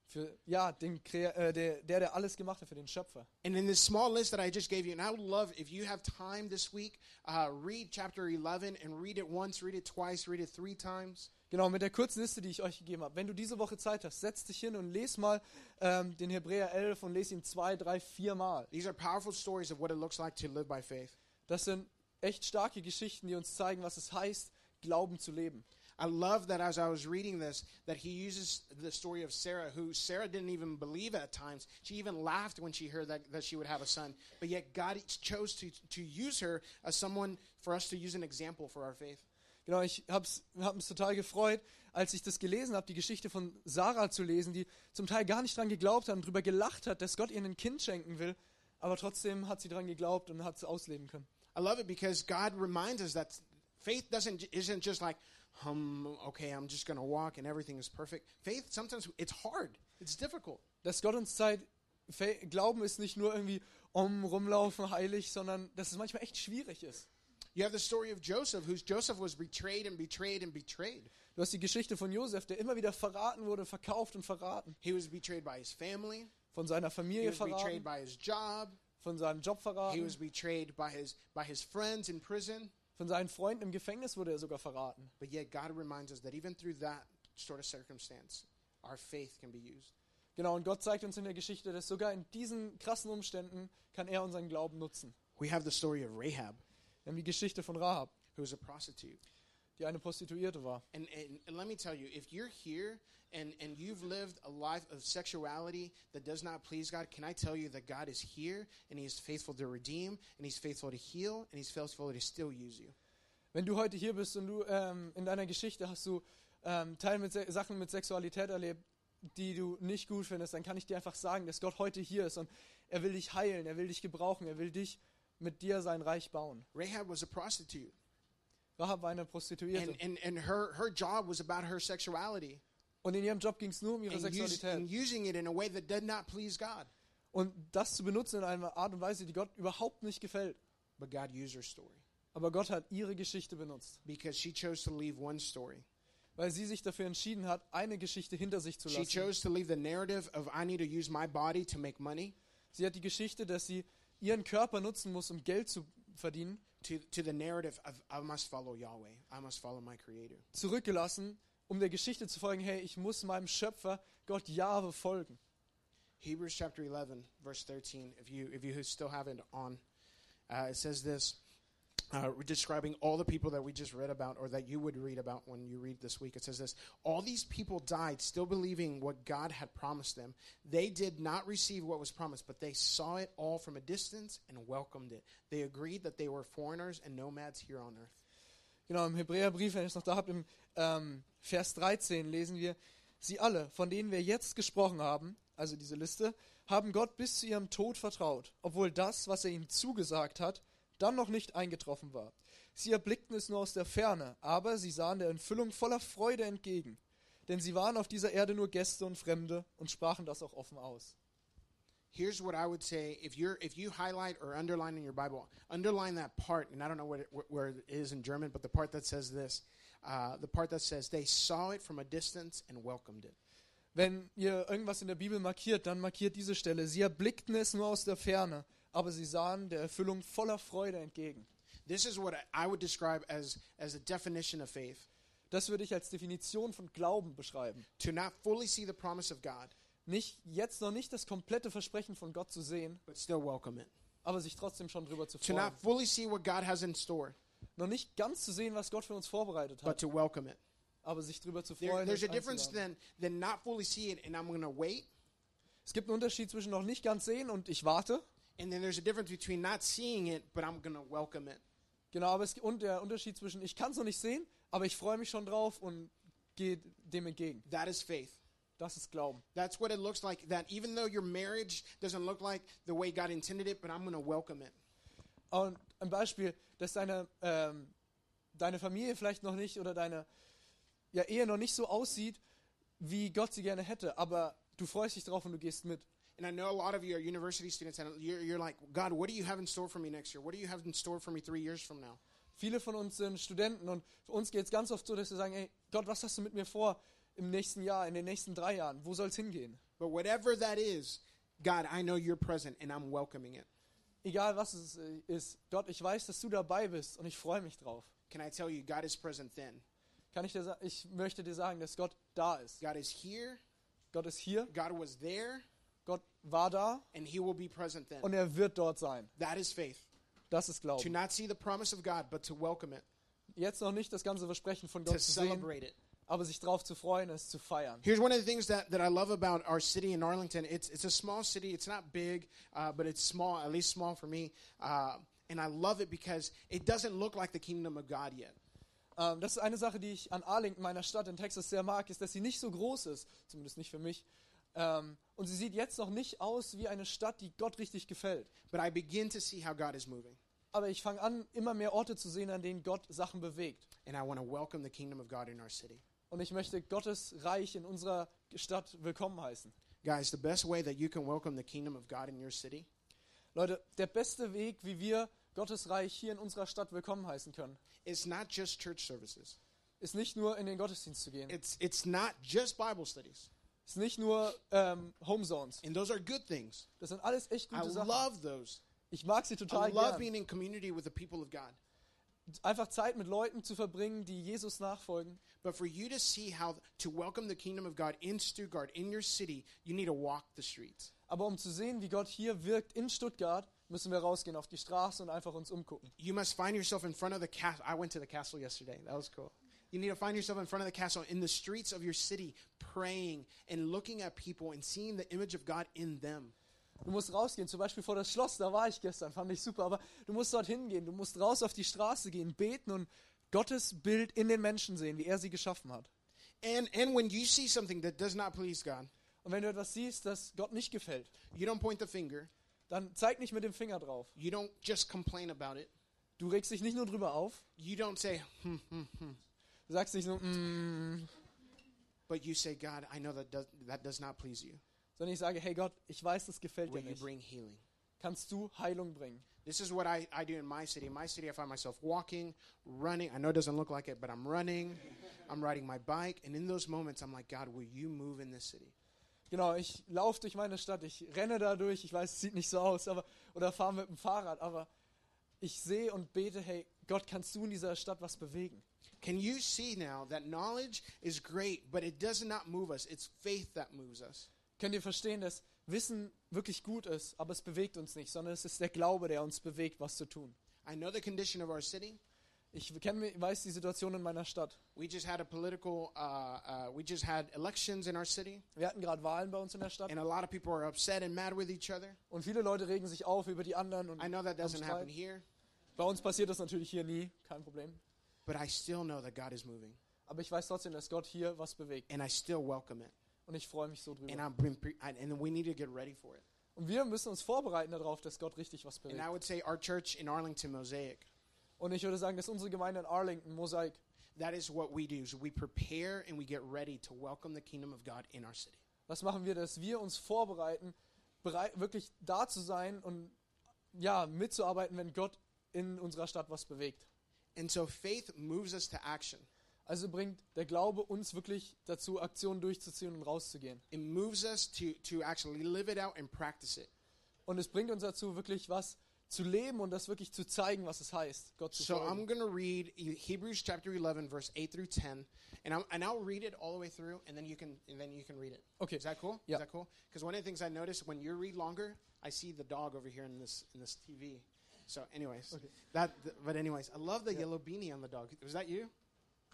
Speaker 2: Für, ja, den, Krea- äh, der, der, der alles gemacht hat für den Schöpfer.
Speaker 1: And in this small list that I just gave you, and I would love if you have time this week, uh, read chapter 11 and read it once, read it twice, read it three times.
Speaker 2: Genau, mit der kurzen Liste, die ich euch gegeben habe. Wenn du diese Woche Zeit hast, setz dich hin und lese mal ähm, den Hebräer 11 und lese ihn zwei, drei, vier Mal.
Speaker 1: These are powerful stories of what it looks like to live by faith.
Speaker 2: Das sind echt starke Geschichten, die uns zeigen, was es heißt, Glauben zu leben.
Speaker 1: I love that as I was reading this, that he uses the story of Sarah, who Sarah didn't even believe at times. She even laughed when she heard that, that she would have a son. But yet God chose to, to use her as someone for us to use an example for our faith.
Speaker 2: Genau, ich habe hab mich total gefreut, als ich das gelesen habe, die Geschichte von Sarah zu lesen, die zum Teil gar nicht dran geglaubt hat und drüber gelacht hat, dass Gott ihr ein Kind schenken will, aber trotzdem hat sie dran geglaubt und hat es ausleben können.
Speaker 1: I love it because God reminds us that faith doesn't isn't just like, um, okay, I'm just going to walk and everything is perfect. Faith sometimes it's hard, it's difficult.
Speaker 2: Dass Gott uns zeigt, Fe- Glauben ist nicht nur irgendwie um, rumlaufen, heilig, sondern dass es manchmal echt schwierig ist.
Speaker 1: You have the story of Joseph, whose Joseph was betrayed and betrayed and betrayed.
Speaker 2: Du hast die Geschichte von Josef, der immer wieder verraten wurde, verkauft und verraten.
Speaker 1: He was betrayed by his family.
Speaker 2: Von seiner
Speaker 1: He
Speaker 2: Familie
Speaker 1: was betrayed
Speaker 2: verraten,
Speaker 1: by his job.
Speaker 2: von seinem Job
Speaker 1: He was
Speaker 2: verraten,
Speaker 1: betrayed by his by his friends in prison.
Speaker 2: von seinen Freunden im Gefängnis wurde er sogar verraten.
Speaker 1: But yet God reminds us that even through that sort of circumstance, our faith can be used.
Speaker 2: Genau, und Gott zeigt uns in der Geschichte, dass sogar in diesen krassen Umständen kann er unseren Glauben nutzen.
Speaker 1: We have the story of Rahab,
Speaker 2: Wir haben die Geschichte von Rahab,
Speaker 1: who was a prostitute.
Speaker 2: die eine Prostituierte war.
Speaker 1: And, and, and let me tell you, if you're here and, and you've lived a life of sexuality that does not please God, can I tell you that God is here and He is faithful to redeem and He's faithful to heal and He's faithful to still use you?
Speaker 2: Wenn du heute hier bist und du ähm, in deiner Geschichte hast du ähm, Teil mit Se Sachen mit Sexualität erlebt, die du nicht gut findest, dann kann ich dir einfach sagen, dass Gott heute hier ist und er will dich heilen, er will dich gebrauchen, er will dich mit dir sein Reich bauen.
Speaker 1: Rahab was a prostitute,
Speaker 2: Rahab war eine Prostituierte
Speaker 1: and, and, and her, her job was about her sexuality
Speaker 2: und in ihrem Job ging es nur um ihre
Speaker 1: and, use, and
Speaker 2: Sexualität.
Speaker 1: using it in a way that did not please God.
Speaker 2: Und das zu benutzen in einer Art und Weise, die Gott überhaupt nicht gefällt.
Speaker 1: But God used her story
Speaker 2: Aber Gott hat ihre Geschichte benutzt.
Speaker 1: because she chose to leave one story.
Speaker 2: weil sie sich dafür entschieden hat, eine Geschichte hinter sich zu
Speaker 1: She
Speaker 2: lassen.
Speaker 1: chose to leave the narrative of I need to use my body to make money
Speaker 2: Sie hat die Geschichte, dass sie ihren Körper nutzen muss, um Geld zu verdienen,
Speaker 1: to, to the narrative of I must follow Yahweh, I must follow my Creator.
Speaker 2: zurückgelassen, um der Geschichte zu folgen, hey, ich muss meinem Schöpfer, Gott Jahwe, folgen.
Speaker 1: Hebrews chapter 11, verse 13. If you if you still have it on, uh, it says this, uh, describing all the people that we just read about, or that you would read about when you read this week. It says this: All these people died, still believing what God had promised them. They did not receive what was promised, but they saw it all from a distance and welcomed it. They agreed that they were foreigners and nomads here on earth.
Speaker 2: Genau, im Hebräerbrief, wenn ich es noch da habe, im ähm, Vers 13 lesen wir, sie alle, von denen wir jetzt gesprochen haben, also diese Liste, haben Gott bis zu ihrem Tod vertraut, obwohl das, was er ihnen zugesagt hat, dann noch nicht eingetroffen war. Sie erblickten es nur aus der Ferne, aber sie sahen der Entfüllung voller Freude entgegen, denn sie waren auf dieser Erde nur Gäste und Fremde und sprachen das auch offen aus.
Speaker 1: Here's what I would say if you're if you highlight or underline in your Bible, underline that part, and I don't know what it, wh- where it is in German, but the part that says this, uh, the part that says they saw it from a distance and welcomed it.
Speaker 2: Wenn ihr irgendwas in der Bibel markiert, dann markiert diese Stelle. Sie erblickten es nur aus der Ferne, aber sie sahen der Erfüllung voller Freude entgegen.
Speaker 1: This is what I- I would describe as as a definition of faith:
Speaker 2: Das würde ich als Definition von Glauben beschreiben.
Speaker 1: to not fully see the promise of God,
Speaker 2: Nicht jetzt noch nicht das komplette Versprechen von Gott zu sehen,
Speaker 1: but still welcome it.
Speaker 2: aber sich trotzdem schon drüber zu
Speaker 1: To
Speaker 2: freuen.
Speaker 1: not fully see what God has in store,
Speaker 2: Noch nicht ganz zu sehen, was Gott für uns vorbereitet
Speaker 1: but
Speaker 2: hat,
Speaker 1: to welcome it.
Speaker 2: aber sich drüber zu
Speaker 1: There,
Speaker 2: freuen.
Speaker 1: there's a
Speaker 2: und
Speaker 1: difference
Speaker 2: einzuladen.
Speaker 1: than than not fully see it and I'm going to wait,
Speaker 2: Es gibt einen Unterschied zwischen noch nicht ganz sehen und ich warte.
Speaker 1: and then there's a difference between not seeing it but I'm going to welcome it.
Speaker 2: Genau, aber es, und der Unterschied zwischen ich kann es noch nicht sehen, aber ich freue mich schon drauf und gehe dem entgegen.
Speaker 1: That is faith.
Speaker 2: Das ist Glauben.
Speaker 1: That's what it looks like. That even though your marriage doesn't look like the way God intended it, but I'm going to welcome it.
Speaker 2: Und ein Beispiel, dass deine, ähm, deine Familie vielleicht noch nicht oder deine ja, Ehe noch nicht so aussieht, wie Gott sie gerne hätte, aber du freust dich drauf und du gehst mit.
Speaker 1: And I know a lot of you are university students, and you're, you're like, God, what do you have in store for me next year? What do you have in store for me three years from now?
Speaker 2: Viele von uns sind Studenten und für uns geht es ganz oft so, dass wir sagen, ey, Gott, was hast du mit mir vor im nächsten Jahr, in den nächsten drei Jahren? Wo soll es hingehen?
Speaker 1: But whatever that is, God, I know you're present and I'm welcoming it.
Speaker 2: Egal was es äh, ist. Gott, ich weiß, dass du dabei bist und ich freue mich drauf.
Speaker 1: Can I tell you, God is present then?
Speaker 2: Kann ich dir sa- ich möchte dir sagen, dass Gott da ist.
Speaker 1: God is here,
Speaker 2: Gott ist hier,
Speaker 1: God was there,
Speaker 2: Gott war da
Speaker 1: and He will be present then.
Speaker 2: und er wird dort sein.
Speaker 1: That is faith.
Speaker 2: Das
Speaker 1: To
Speaker 2: ist Glauben.
Speaker 1: not see the promise of God, but to welcome it,
Speaker 2: Jetzt noch nicht das ganze Versprechen von
Speaker 1: to
Speaker 2: Gott zu sehen,
Speaker 1: celebrate it.
Speaker 2: aber sich drauf zu freuen, es zu feiern.
Speaker 1: Here's one of the things that, that I love about our city in Arlington. It's, it's a small city. It's not big, uh, but it's small, at least small for me. Uh, and I love it because it doesn't look like the kingdom of God yet.
Speaker 2: Ähm, das ist eine Sache, die ich an Arlington, meiner Stadt in Texas, sehr mag, ist, dass sie nicht so groß ist, zumindest nicht für mich. Ähm, und sie sieht jetzt noch nicht aus wie eine Stadt, die Gott richtig gefällt.
Speaker 1: But I begin to see how God is moving.
Speaker 2: Aber ich fange an, immer mehr Orte zu sehen, an denen Gott Sachen bewegt.
Speaker 1: And I want to welcome the kingdom of God in our city.
Speaker 2: Und ich möchte Gottes Reich in unserer Stadt willkommen heißen.
Speaker 1: Guys, the best way that you can welcome the kingdom of God in your city
Speaker 2: Leute, der beste Weg, wie wir Gottes Reich hier in unserer Stadt willkommen heißen können,
Speaker 1: is not just church services,
Speaker 2: ist nicht nur in den Gottesdienst zu gehen,
Speaker 1: it's, it's not just Bible studies.
Speaker 2: ist nicht nur ähm, Homezones.
Speaker 1: And those are good things.
Speaker 2: Das sind alles echt
Speaker 1: I
Speaker 2: gute Sachen.
Speaker 1: love those.
Speaker 2: Ich mag sie
Speaker 1: I
Speaker 2: total
Speaker 1: love
Speaker 2: gern.
Speaker 1: being in community with the people of God.
Speaker 2: Einfach Zeit mit Leuten zu verbringen, die Jesus nachfolgen.
Speaker 1: But for you to see how to welcome the kingdom of God in Stuttgart, in your city, you need to walk the streets.
Speaker 2: Aber um zu sehen, wie Gott hier wirkt in Stuttgart, müssen wir rausgehen auf die Straße und einfach uns umgucken.
Speaker 1: You must find yourself in front of the castle. I went to the castle yesterday. That was cool. You need to find yourself in front of the castle, in the streets of your city, praying and looking at people and seeing the image of God in them.
Speaker 2: Du musst rausgehen, zum Beispiel vor das Schloss, da war ich gestern, fand ich super, aber du musst dorthin gehen, du musst raus auf die Straße gehen, beten und Gottes Bild in den Menschen sehen, wie er sie geschaffen hat.
Speaker 1: And and when you see something that does not please God,
Speaker 2: Und wenn du etwas siehst, das Gott nicht gefällt,
Speaker 1: you don't point the finger.
Speaker 2: dann zeig nicht mit dem Finger drauf.
Speaker 1: You don't just complain about it.
Speaker 2: Du regst dich nicht nur drüber auf,
Speaker 1: You don't say, hmm,
Speaker 2: du sagst nicht so, mm,
Speaker 1: but you say, God, I know that does, that does not please you.
Speaker 2: sondern ich sage, hey Gott, ich weiß, das gefällt
Speaker 1: Will
Speaker 2: dir
Speaker 1: you
Speaker 2: nicht.
Speaker 1: bring healing?
Speaker 2: Kannst du Heilung bringen?
Speaker 1: This is what I, I do in my city. In my city, I find myself walking, running. I know it doesn't look like it, but I'm running. I'm riding my bike. And in those moments, I'm like, God, will you move in this city?
Speaker 2: Genau, ich laufe durch meine Stadt, ich renne da durch, ich weiß, es sieht nicht so aus, aber oder fahre mit dem Fahrrad, aber ich sehe und bete, hey Gott, kannst du in dieser Stadt was bewegen?
Speaker 1: Can you see now that knowledge is great, but it does not move us? It's faith that moves us.
Speaker 2: Könnt ihr verstehen, dass Wissen wirklich gut ist, aber es bewegt uns nicht, sondern es ist der Glaube, der uns bewegt, was zu tun.
Speaker 1: I know the condition of our city.
Speaker 2: Ich kenn, weiß die Situation in meiner Stadt.
Speaker 1: We just had a political, uh, uh, we just had elections in our city,
Speaker 2: Wir hatten gerade Wahlen bei uns in der Stadt
Speaker 1: and a lot of people are upset and mad with each other.
Speaker 2: und viele Leute regen sich auf über die anderen. Und
Speaker 1: I know that
Speaker 2: haben
Speaker 1: doesn't
Speaker 2: Streit.
Speaker 1: happen here,
Speaker 2: Bei uns passiert das natürlich hier nie, kein Problem.
Speaker 1: but I still know that God is moving,
Speaker 2: Aber ich weiß trotzdem, dass Gott hier was bewegt
Speaker 1: and I still welcome it.
Speaker 2: und ich freue mich so
Speaker 1: And
Speaker 2: drüber.
Speaker 1: I've been, pre- I, and we need to get ready for it.
Speaker 2: Und wir müssen uns vorbereiten darauf, dass Gott richtig was
Speaker 1: And I
Speaker 2: bewegt.
Speaker 1: would say our church in Arlington, Mosaic,
Speaker 2: Und ich würde sagen, dass unsere Gemeinde in Arlington, Mosaik,
Speaker 1: that is what we do. Is we prepare and we get ready to welcome the kingdom of God in our city.
Speaker 2: was machen wir, dass wir uns vorbereiten, bereit, wirklich da zu sein und ja, mitzuarbeiten, wenn Gott in unserer Stadt was bewegt.
Speaker 1: And so faith moves us to action.
Speaker 2: Also bringt der Glaube uns wirklich dazu, Aktionen durchzuziehen und rauszugehen.
Speaker 1: It moves us to, to actually live it out and practice it.
Speaker 2: Und es bringt uns dazu, wirklich was zu leben und das wirklich zu zeigen, was es heißt, Gott zu
Speaker 1: So I'm
Speaker 2: folgen.
Speaker 1: going to read E- Hebrews chapter 11, verse 8 through 10, and, I'm, and I'll read it all the way through, and then you can and then you can read it.
Speaker 2: Okay.
Speaker 1: Is that cool?
Speaker 2: Yeah.
Speaker 1: Is that cool? Because one of the things I noticed when you read longer, I see the dog over here in this in this TV. So, anyways,
Speaker 2: Okay.
Speaker 1: that. Th- but anyways, I love the
Speaker 2: Yeah.
Speaker 1: yellow beanie on the dog. Was that you?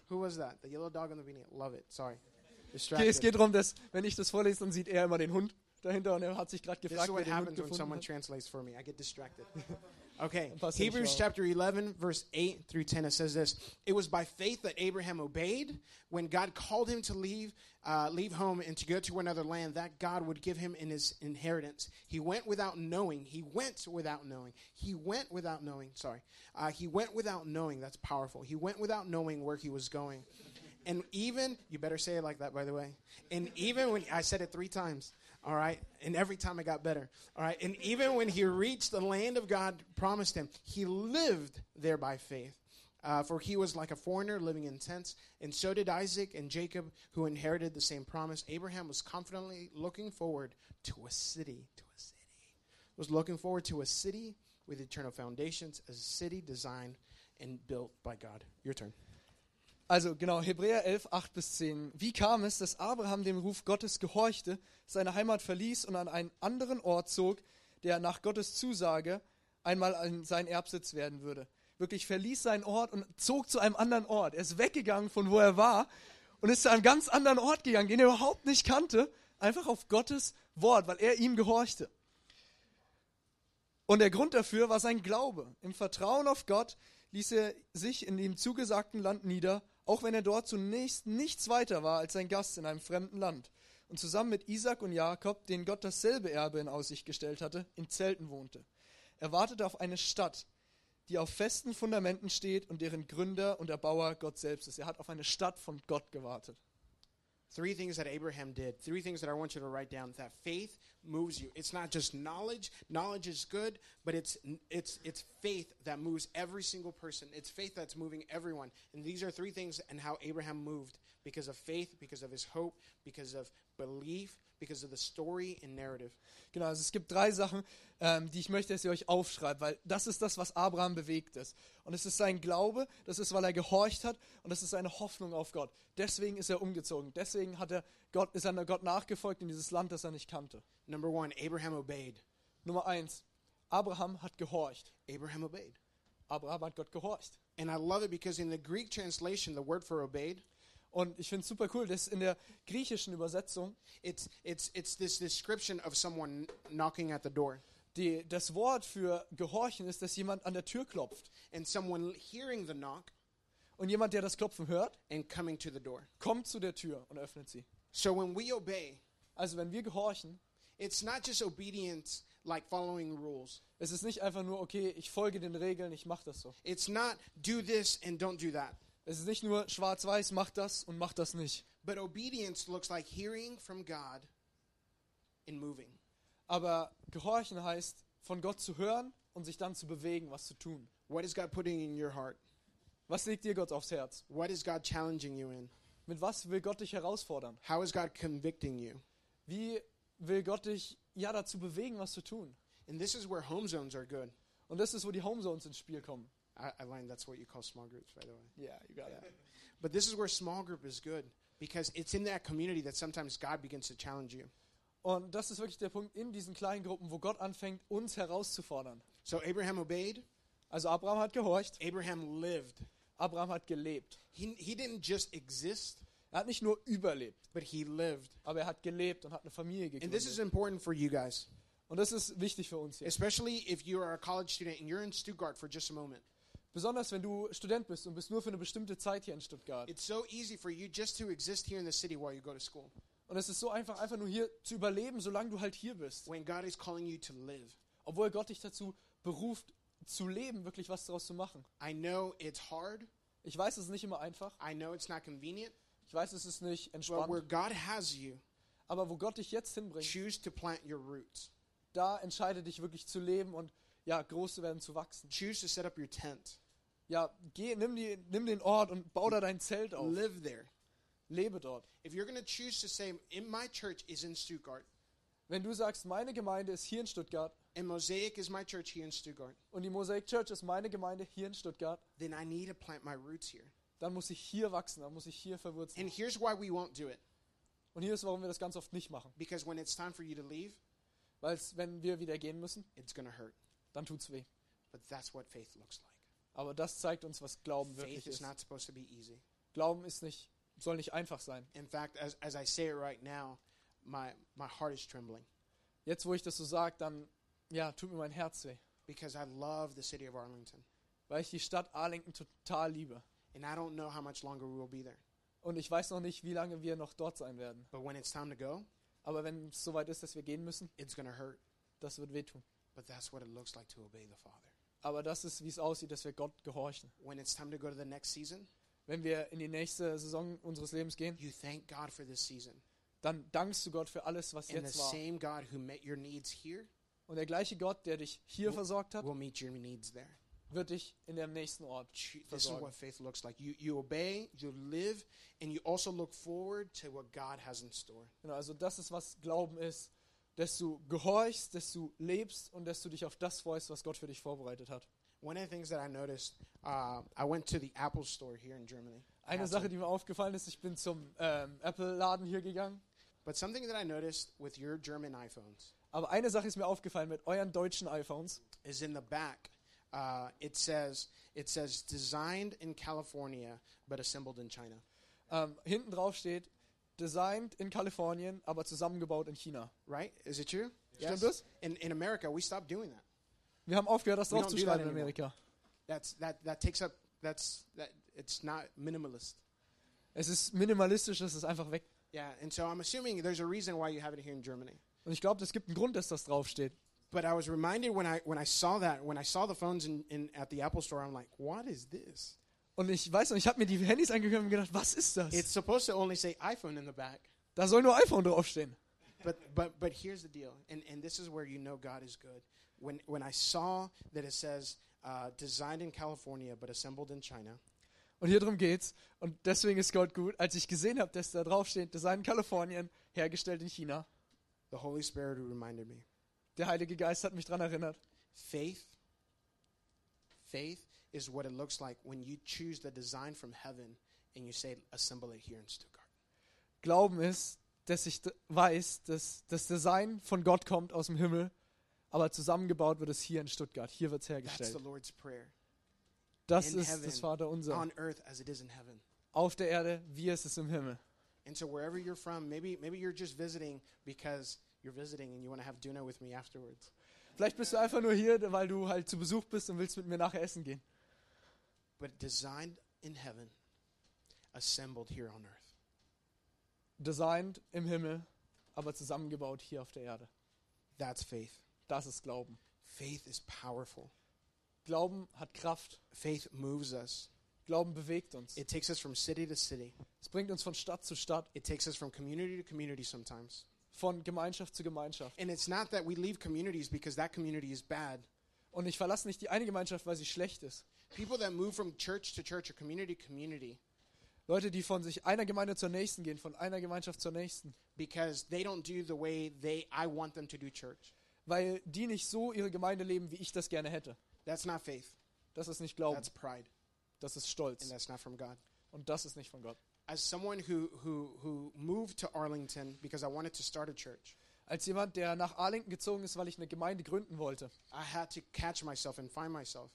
Speaker 1: Who was that? The yellow dog on the beanie. Love it. Sorry.
Speaker 2: Okay,
Speaker 1: Distracted.
Speaker 2: es geht darum, dass, wenn ich das vorlese, dann sieht er immer den Hund dahinter und er hat sich gerade
Speaker 1: This is
Speaker 2: gefragt, wer
Speaker 1: what
Speaker 2: den Hund
Speaker 1: happens when
Speaker 2: gefunden
Speaker 1: someone
Speaker 2: hat.
Speaker 1: translates for me. I get distracted. [LAUGHS] Okay.
Speaker 2: Pass dir nicht
Speaker 1: Hebrews
Speaker 2: auf.
Speaker 1: chapter 11, verse 8 through 10, it says this It was by faith that Abraham obeyed when God called him to leave, uh, leave home and to go to another land that God would give him in his inheritance. He went without knowing. He went without knowing. He went without knowing. Sorry. Uh, he went without knowing. That's powerful. He went without knowing where he was going. And even, you better say it like that, by the way. And even when, I said it three times, all right? And every time it got better, all right? And even when he reached the land of God promised him, he lived there by faith. Uh, Uh, for he was like a foreigner living in tents, and so did Isaac and Jacob, who inherited the same promise. Abraham was confidently looking forward to a city, to a city, was looking forward to a city with eternal foundations, a city designed and built by God. Your turn.
Speaker 2: Also genau, Hebräer 11, 8 bis 10. Wie kam es, dass Abraham dem Ruf Gottes gehorchte, seine Heimat verließ und an einen anderen Ort zog, der nach Gottes Zusage einmal ein- sein Erbsitz werden würde? Wirklich verließ seinen Ort und zog zu einem anderen Ort. Er ist weggegangen von wo er war und ist zu einem ganz anderen Ort gegangen, den er überhaupt nicht kannte, einfach auf Gottes Wort, weil er ihm gehorchte. Und der Grund dafür war sein Glaube. Im Vertrauen auf Gott ließ er sich in dem zugesagten Land nieder, auch wenn er dort zunächst nichts weiter war als ein Gast in einem fremden Land. Und zusammen mit Isaac und Jakob, denen Gott dasselbe Erbe in Aussicht gestellt hatte, in Zelten wohnte. Er wartete auf eine Stadt, die auf festen Fundamenten steht und deren Gründer und Erbauer Gott selbst ist. Er hat auf eine Stadt von Gott gewartet.
Speaker 1: Three things that Abraham did. Three things that I want you to write down. That faith moves you. It's not just knowledge. Knowledge is good, but it's it's it's faith that moves every single person. It's faith that's moving everyone. And these are three things and how Abraham moved because of faith, because of his hope, because of belief, because of the story and narrative.
Speaker 2: Genau, also es gibt drei Sachen, ähm, die ich möchte, dass ihr euch aufschreibt, weil das ist das, was Abraham bewegt ist. Und es ist sein Glaube, das ist, weil er gehorcht hat und das ist seine Hoffnung auf Gott. Deswegen ist er umgezogen, deswegen hat er Gott, ist er Gott nachgefolgt in dieses Land, das er nicht kannte.
Speaker 1: Number 1, Abraham obeyed.
Speaker 2: Nummer eins, Abraham hat gehorcht.
Speaker 1: Abraham obeyed.
Speaker 2: Abraham hat Gott gehorcht.
Speaker 1: And I love it because in the Greek translation the word for obeyed
Speaker 2: Und ich finde es super cool, dass in der griechischen Übersetzung
Speaker 1: it's it's it's this description of someone knocking at the door.
Speaker 2: die, das Wort für gehorchen ist, dass jemand an der Tür klopft.
Speaker 1: and someone hearing the knock
Speaker 2: Und jemand, der das Klopfen hört,
Speaker 1: and coming to the door.
Speaker 2: kommt zu der Tür und öffnet sie.
Speaker 1: So when we obey,
Speaker 2: Also wenn wir gehorchen,
Speaker 1: it's not just obedience like following rules.
Speaker 2: Es ist nicht einfach nur, okay, ich folge den Regeln, ich mache das so.
Speaker 1: It's not do this and don't do that.
Speaker 2: Es ist nicht nur schwarz-weiß, mach das und mach das nicht.
Speaker 1: But obedience looks like hearing from God and moving.
Speaker 2: Aber gehorchen heißt, von Gott zu hören und sich dann zu bewegen, was zu tun.
Speaker 1: What is God putting in your heart?
Speaker 2: Was legt dir Gott aufs Herz?
Speaker 1: What is God challenging you in?
Speaker 2: Mit was will Gott dich herausfordern?
Speaker 1: How is God convicting you?
Speaker 2: Wie will Gott dich ja dazu bewegen, was zu tun?
Speaker 1: And this is where home zones are good.
Speaker 2: Und das ist, wo die Homezones ins Spiel kommen.
Speaker 1: I, I learned that's what you call small groups, by the way.
Speaker 2: Yeah, you got it.
Speaker 1: But this is where small group is good because it's in that community that sometimes God begins to challenge you.
Speaker 2: Und das ist wirklich der Punkt in diesen kleinen Gruppen, wo Gott anfängt, uns herauszufordern.
Speaker 1: So Abraham obeyed,
Speaker 2: Also Abraham hat gehorcht,
Speaker 1: Abraham lived.
Speaker 2: Abraham hat gelebt.
Speaker 1: He, he didn't just exist,
Speaker 2: Er hat nicht nur überlebt,
Speaker 1: but he lived.
Speaker 2: aber er hat gelebt und hat eine Familie
Speaker 1: And this
Speaker 2: gegründet.
Speaker 1: is important for you guys,
Speaker 2: Und das ist wichtig für uns hier.
Speaker 1: especially if you are a college student and you're in Stuttgart for just a moment.
Speaker 2: Besonders wenn du Student bist und bist nur für eine bestimmte Zeit hier in Stuttgart.
Speaker 1: It's so easy for you just to exist here in the city while you go to school
Speaker 2: Und es ist so einfach, einfach nur hier zu überleben, solange du halt hier bist.
Speaker 1: when God is calling you to live.
Speaker 2: Obwohl Gott dich dazu beruft, zu leben, wirklich was daraus zu machen.
Speaker 1: I know it's hard,
Speaker 2: Ich weiß, es ist nicht immer einfach.
Speaker 1: I know it's not convenient,
Speaker 2: Ich weiß, es ist nicht
Speaker 1: but where
Speaker 2: entspannt.
Speaker 1: God has you,
Speaker 2: Aber wo Gott dich jetzt hinbringt,
Speaker 1: choose to plant your roots,
Speaker 2: da entscheide dich wirklich zu leben und ja, groß zu werden, zu wachsen.
Speaker 1: choose to set up your tent,
Speaker 2: Ja, geh, nimm, die, nimm den Ort und bau da dein Zelt auf.
Speaker 1: live there.
Speaker 2: Lebe dort.
Speaker 1: If you're going to choose to say, in my church is in Stuttgart,
Speaker 2: Wenn du sagst, meine Gemeinde ist hier in Stuttgart
Speaker 1: and Mosaic is my church here in Stuttgart,
Speaker 2: und die Mosaic Church ist meine Gemeinde hier in Stuttgart,
Speaker 1: then I need to plant my roots here.
Speaker 2: dann muss ich hier wachsen, dann muss ich hier
Speaker 1: And
Speaker 2: verwurzeln.
Speaker 1: here's why we won't do it.
Speaker 2: Und hier ist, warum wir das ganz oft nicht machen.
Speaker 1: Because when it's time for you to leave,
Speaker 2: Weil es, wenn wir wieder gehen müssen,
Speaker 1: it's going to hurt.
Speaker 2: dann tut's weh.
Speaker 1: But that's what faith looks like.
Speaker 2: Aber das zeigt uns, was Glauben
Speaker 1: faith
Speaker 2: wirklich
Speaker 1: is
Speaker 2: ist.
Speaker 1: not supposed to be easy.
Speaker 2: Glauben ist nicht, soll nicht einfach sein.
Speaker 1: In fact, as, as I say it right now, my, my heart is trembling
Speaker 2: Jetzt, wo ich das so sage, dann, ja, tut mir mein Herz weh.
Speaker 1: because I love the city of Arlington.
Speaker 2: Weil ich die Stadt Arlington total liebe.
Speaker 1: And I don't know how much longer we will be there.
Speaker 2: Und ich weiß noch nicht, wie lange wir noch dort sein werden.
Speaker 1: But when it's time to go,
Speaker 2: Aber wenn es soweit ist, dass wir gehen müssen,
Speaker 1: it's going to hurt.
Speaker 2: das wird wehtun.
Speaker 1: But that's what it looks like to obey the Father.
Speaker 2: Aber das ist, wie es aussieht, dass wir Gott gehorchen.
Speaker 1: When it's time to go to the next season,
Speaker 2: Wenn wir in die nächste Saison unseres Lebens gehen,
Speaker 1: you thank God for this season.
Speaker 2: dann dankst du Gott für alles, was
Speaker 1: And the
Speaker 2: jetzt war.
Speaker 1: same God who met your needs here
Speaker 2: Und der gleiche Gott, der dich hier
Speaker 1: Wo-
Speaker 2: versorgt hat,
Speaker 1: will meet your needs there.
Speaker 2: wird dich in dem nächsten Ort
Speaker 1: Ch- This is
Speaker 2: versorgen.
Speaker 1: what faith looks like. You, you obey, you live, and you also look forward to what God has in store.
Speaker 2: Genau, also das ist, was Glauben ist, dass du gehorchst, dass du lebst und dass du dich auf das freust, was Gott für dich vorbereitet hat.
Speaker 1: One of the things that I noticed, uh, I went to the Apple store here in Germany.
Speaker 2: Eine
Speaker 1: Apple.
Speaker 2: Sache, die mir aufgefallen ist, ich bin zum ähm, Apple-Laden hier gegangen,
Speaker 1: But something that I noticed with your German iPhones
Speaker 2: aber eine Sache ist mir aufgefallen mit euren deutschen iPhones.
Speaker 1: is in the back. Uh, it says it says designed in California but assembled in China.
Speaker 2: Ähm, hinten drauf steht, designed in Kalifornien, aber zusammengebaut in China.
Speaker 1: Right? Is it true?
Speaker 2: Stimmt das?
Speaker 1: In in America, we stopped doing that.
Speaker 2: Wir haben aufgehört, das
Speaker 1: We don't do that
Speaker 2: draufzuschreiben in
Speaker 1: anymore.
Speaker 2: Amerika.
Speaker 1: That's that that takes up. That's that. It's not minimalist.
Speaker 2: Es ist minimalistisch, es ist einfach weg.
Speaker 1: Yeah, and so I'm assuming there's a reason why you have it here in Germany.
Speaker 2: Und ich glaube, es gibt einen Grund, dass das draufsteht.
Speaker 1: But I was reminded when I when I saw that when I saw the phones in, in at the Apple store, I'm like, what is this?
Speaker 2: Und ich weiß noch, ich habe mir die Handys angehört und gedacht, was ist das?
Speaker 1: It's supposed to only say iPhone in the back,
Speaker 2: da soll nur iPhone draufstehen.
Speaker 1: but but but here's the deal, and and this is where you know God is good. When when I saw that it says uh, designed in California but assembled in China,
Speaker 2: Und hier drum geht's. Und deswegen ist Gott gut, als ich gesehen habe, dass da draufsteht, Design in Kalifornien, hergestellt in China.
Speaker 1: the Holy Spirit reminded me,
Speaker 2: Der Heilige Geist hat mich dran erinnert.
Speaker 1: faith. Faith is what it looks like when you choose the design from heaven and you say assemble it here in Stuttgart.
Speaker 2: Glauben ist, dass ich d- weiß, dass das Design von Gott kommt aus dem Himmel, aber zusammengebaut wird es hier in Stuttgart. Hier wird es
Speaker 1: That's the
Speaker 2: hergestellt.
Speaker 1: Lord's prayer
Speaker 2: Das
Speaker 1: in
Speaker 2: ist
Speaker 1: heaven,
Speaker 2: das Vaterunser.
Speaker 1: on earth as it is in heaven.
Speaker 2: Auf der Erde, wie es ist im Himmel.
Speaker 1: And so wherever you're from, maybe maybe you're just visiting because you're visiting and you want to have dinner with me afterwards.
Speaker 2: Vielleicht bist du einfach nur hier, weil du halt zu Besuch bist und willst mit mir nachher essen gehen.
Speaker 1: But designed in heaven, assembled here on earth.
Speaker 2: Designed im Himmel, aber zusammengebaut hier auf der Erde.
Speaker 1: That's faith.
Speaker 2: Das ist Glauben.
Speaker 1: Faith is powerful.
Speaker 2: Glauben hat Kraft.
Speaker 1: Faith moves us.
Speaker 2: Glauben bewegt uns.
Speaker 1: It takes us from city to city.
Speaker 2: Es bringt uns von Stadt zu Stadt,
Speaker 1: It takes us from community to community sometimes.
Speaker 2: von Gemeinschaft zu Gemeinschaft.
Speaker 1: And it's not that we leave communities because that community is bad.
Speaker 2: Und ich verlasse nicht die eine Gemeinschaft, weil sie schlecht ist.
Speaker 1: People that move from church to church or community to community
Speaker 2: Leute, die von sich einer Gemeinde zur nächsten gehen, von einer Gemeinschaft zur nächsten,
Speaker 1: because they don't do the way they I want them to do church.
Speaker 2: weil die nicht so ihre Gemeinde leben, wie ich das gerne hätte.
Speaker 1: That's not faith.
Speaker 2: Das ist nicht Glauben,
Speaker 1: That's pride.
Speaker 2: das ist
Speaker 1: And
Speaker 2: Stolz.
Speaker 1: that's not from God.
Speaker 2: Und das ist nicht von Gott.
Speaker 1: as someone who, who, who moved to Arlington because I wanted to start a church,
Speaker 2: Als jemand, der nach Arlington gezogen ist, weil ich eine Gemeinde gründen wollte,
Speaker 1: I had to catch myself and find myself.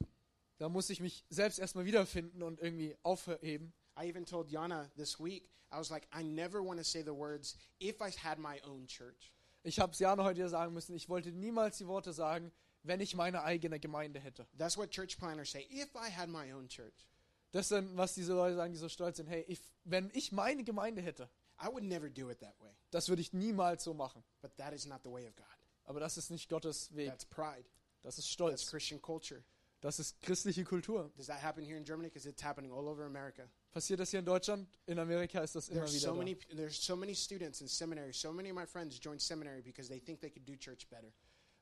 Speaker 2: da muss ich mich selbst erstmal wiederfinden und irgendwie aufheben.
Speaker 1: I even told Yana this week, I was like, I never want to say the words, if I had my own church.
Speaker 2: Ich habe es Jana heute sagen müssen, ich wollte niemals die Worte sagen, wenn ich meine eigene Gemeinde hätte.
Speaker 1: That's what church planners say, if I had my own church.
Speaker 2: Das sind, was diese Leute sagen, die so stolz sind. Hey, ich, wenn ich meine Gemeinde hätte,
Speaker 1: I would never do it that way.
Speaker 2: das würde ich niemals so machen.
Speaker 1: But that is not the way of God.
Speaker 2: Aber das ist nicht Gottes Weg.
Speaker 1: That's pride.
Speaker 2: Das ist
Speaker 1: That's
Speaker 2: Stolz.
Speaker 1: Christian culture.
Speaker 2: Das ist christliche Kultur.
Speaker 1: Does that happen here in Germany? Because it's happening all over America.
Speaker 2: Passiert das hier in Deutschland? In Amerika ist das immer
Speaker 1: There's so
Speaker 2: wieder.
Speaker 1: many,
Speaker 2: Da.
Speaker 1: there's so many students in seminary. So many of my friends joined seminary because they think they could do church better.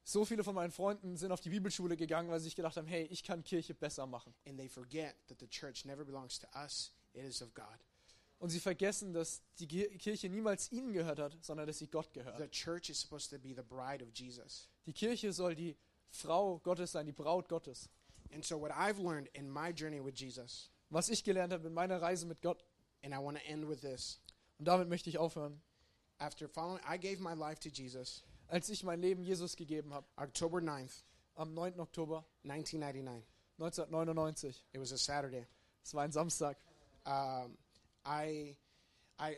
Speaker 2: So viele von meinen Freunden sind auf die Bibelschule gegangen, weil sie sich gedacht haben, hey, ich kann Kirche besser machen.
Speaker 1: and they forget that the church never belongs to us, it is of God.
Speaker 2: Und sie vergessen, dass die Ge- Kirche niemals ihnen gehört hat, sondern dass sie Gott gehört.
Speaker 1: The church is supposed to be the bride of Jesus.
Speaker 2: Die Kirche soll die Frau Gottes sein, die Braut Gottes.
Speaker 1: And so, what I've learned in my journey with Jesus,
Speaker 2: Was ich gelernt habe in meiner Reise mit Gott,
Speaker 1: and I want to end with this.
Speaker 2: und damit möchte ich aufhören,
Speaker 1: After following, I gave my life to Jesus
Speaker 2: als ich mein Leben Jesus gegeben habe,
Speaker 1: October 9th,
Speaker 2: am 9. Oktober
Speaker 1: 1999.
Speaker 2: 1999.
Speaker 1: It was a Saturday.
Speaker 2: Es war ein Samstag.
Speaker 1: Um, I, I,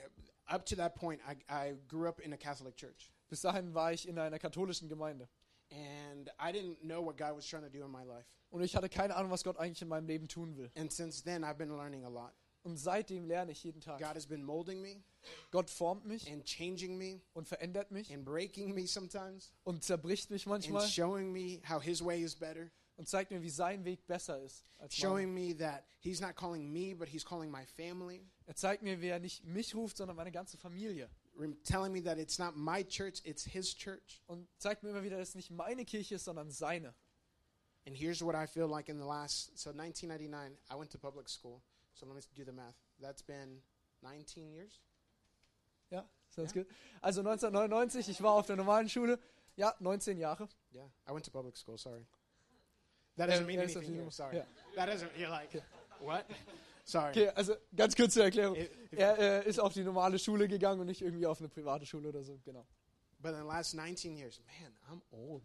Speaker 1: up to that point, I, I grew up in a Catholic church.
Speaker 2: Bis dahin war ich in einer katholischen Gemeinde.
Speaker 1: And I didn't know what God was trying to do in my life.
Speaker 2: Und ich hatte keine Ahnung, was Gott eigentlich in meinem Leben tun will.
Speaker 1: And since then, I've been learning a lot.
Speaker 2: Und seitdem lerne ich jeden Tag.
Speaker 1: God has been molding me
Speaker 2: Gott formt mich
Speaker 1: and changing me
Speaker 2: und verändert mich
Speaker 1: and breaking me sometimes.
Speaker 2: und zerbricht mich
Speaker 1: and
Speaker 2: manchmal
Speaker 1: showing me how his way is better
Speaker 2: und zeigt mir, wie sein Weg besser ist. Als mein.
Speaker 1: showing me that he's not calling me but he's calling my family
Speaker 2: Er zeigt mir, wie er nicht mich ruft, sondern meine ganze Familie.
Speaker 1: rem- telling me that it's not my church it's his church
Speaker 2: Und zeigt mir immer wieder, dass es nicht meine Kirche ist, sondern seine.
Speaker 1: And here's what I feel like in the last so 1999, I went to public school. So let me do the math. That's been 19 years.
Speaker 2: Ja, sounds good. Also 1999, ich war auf der normalen Schule. Ja, 19 Jahre.
Speaker 1: Yeah, I went to public school. Sorry, that doesn't
Speaker 2: Yeah,
Speaker 1: mean
Speaker 2: yeah, it's
Speaker 1: anything.
Speaker 2: okay.
Speaker 1: Here. Sorry,
Speaker 2: Yeah.
Speaker 1: that doesn't. You're like, what? [LAUGHS] Sorry.
Speaker 2: Okay, also ganz kurz zur Erklärung.
Speaker 1: If- if-
Speaker 2: Er äh, ist auf die normale Schule gegangen und nicht irgendwie auf eine private Schule oder so, genau.
Speaker 1: But in the last 19 years, man, I'm old.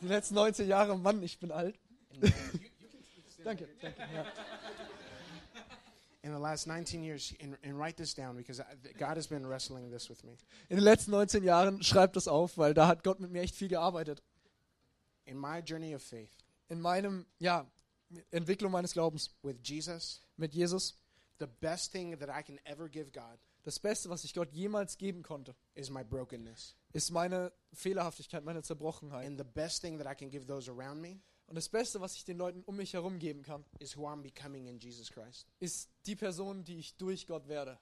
Speaker 2: Die letzten 19 Jahre, Mann, ich bin [LAUGHS] alt. Danke, danke. Ja.
Speaker 1: In the last 19 years, and, and write this down because I, th- God has been wrestling this with me.
Speaker 2: In den letzten 19 Jahren, schreibt das auf, weil da hat Gott mit mir echt viel gearbeitet.
Speaker 1: In my journey of faith
Speaker 2: In meinem, ja, Entwicklung meines Glaubens
Speaker 1: with Jesus,
Speaker 2: mit Jesus.
Speaker 1: the best thing that I can ever give God
Speaker 2: Das Beste, was ich Gott jemals geben konnte,
Speaker 1: is my brokenness.
Speaker 2: ist meine Fehlerhaftigkeit, meine Zerbrochenheit.
Speaker 1: And the best thing that I can give those around me
Speaker 2: Und das Beste, was ich den Leuten um mich herum geben kann,
Speaker 1: is who I'm becoming in Jesus Christ.
Speaker 2: ist die Person, die ich durch Gott werde.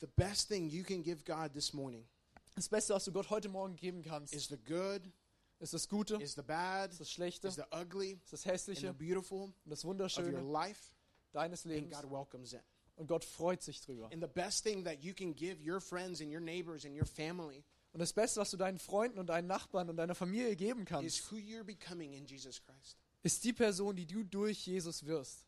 Speaker 1: The best thing you can give God this morning
Speaker 2: Das Beste, was du Gott heute Morgen geben kannst,
Speaker 1: is the good,
Speaker 2: ist das Gute, ist
Speaker 1: is the bad,
Speaker 2: das Schlechte,
Speaker 1: is
Speaker 2: ist
Speaker 1: the ugly,
Speaker 2: das
Speaker 1: and the
Speaker 2: Hässliche
Speaker 1: beautiful
Speaker 2: und das
Speaker 1: of your
Speaker 2: Wunderschöne
Speaker 1: life,
Speaker 2: deines
Speaker 1: and
Speaker 2: Lebens.
Speaker 1: God welcomes it.
Speaker 2: Und Gott freut sich drüber.
Speaker 1: And the best thing that you can give your friends and your neighbors and your family
Speaker 2: Und das Beste, was du deinen Freunden und deinen Nachbarn und deiner Familie geben
Speaker 1: is
Speaker 2: kannst,
Speaker 1: who you're becoming in Jesus Christ.
Speaker 2: ist die Person, die du durch Jesus wirst.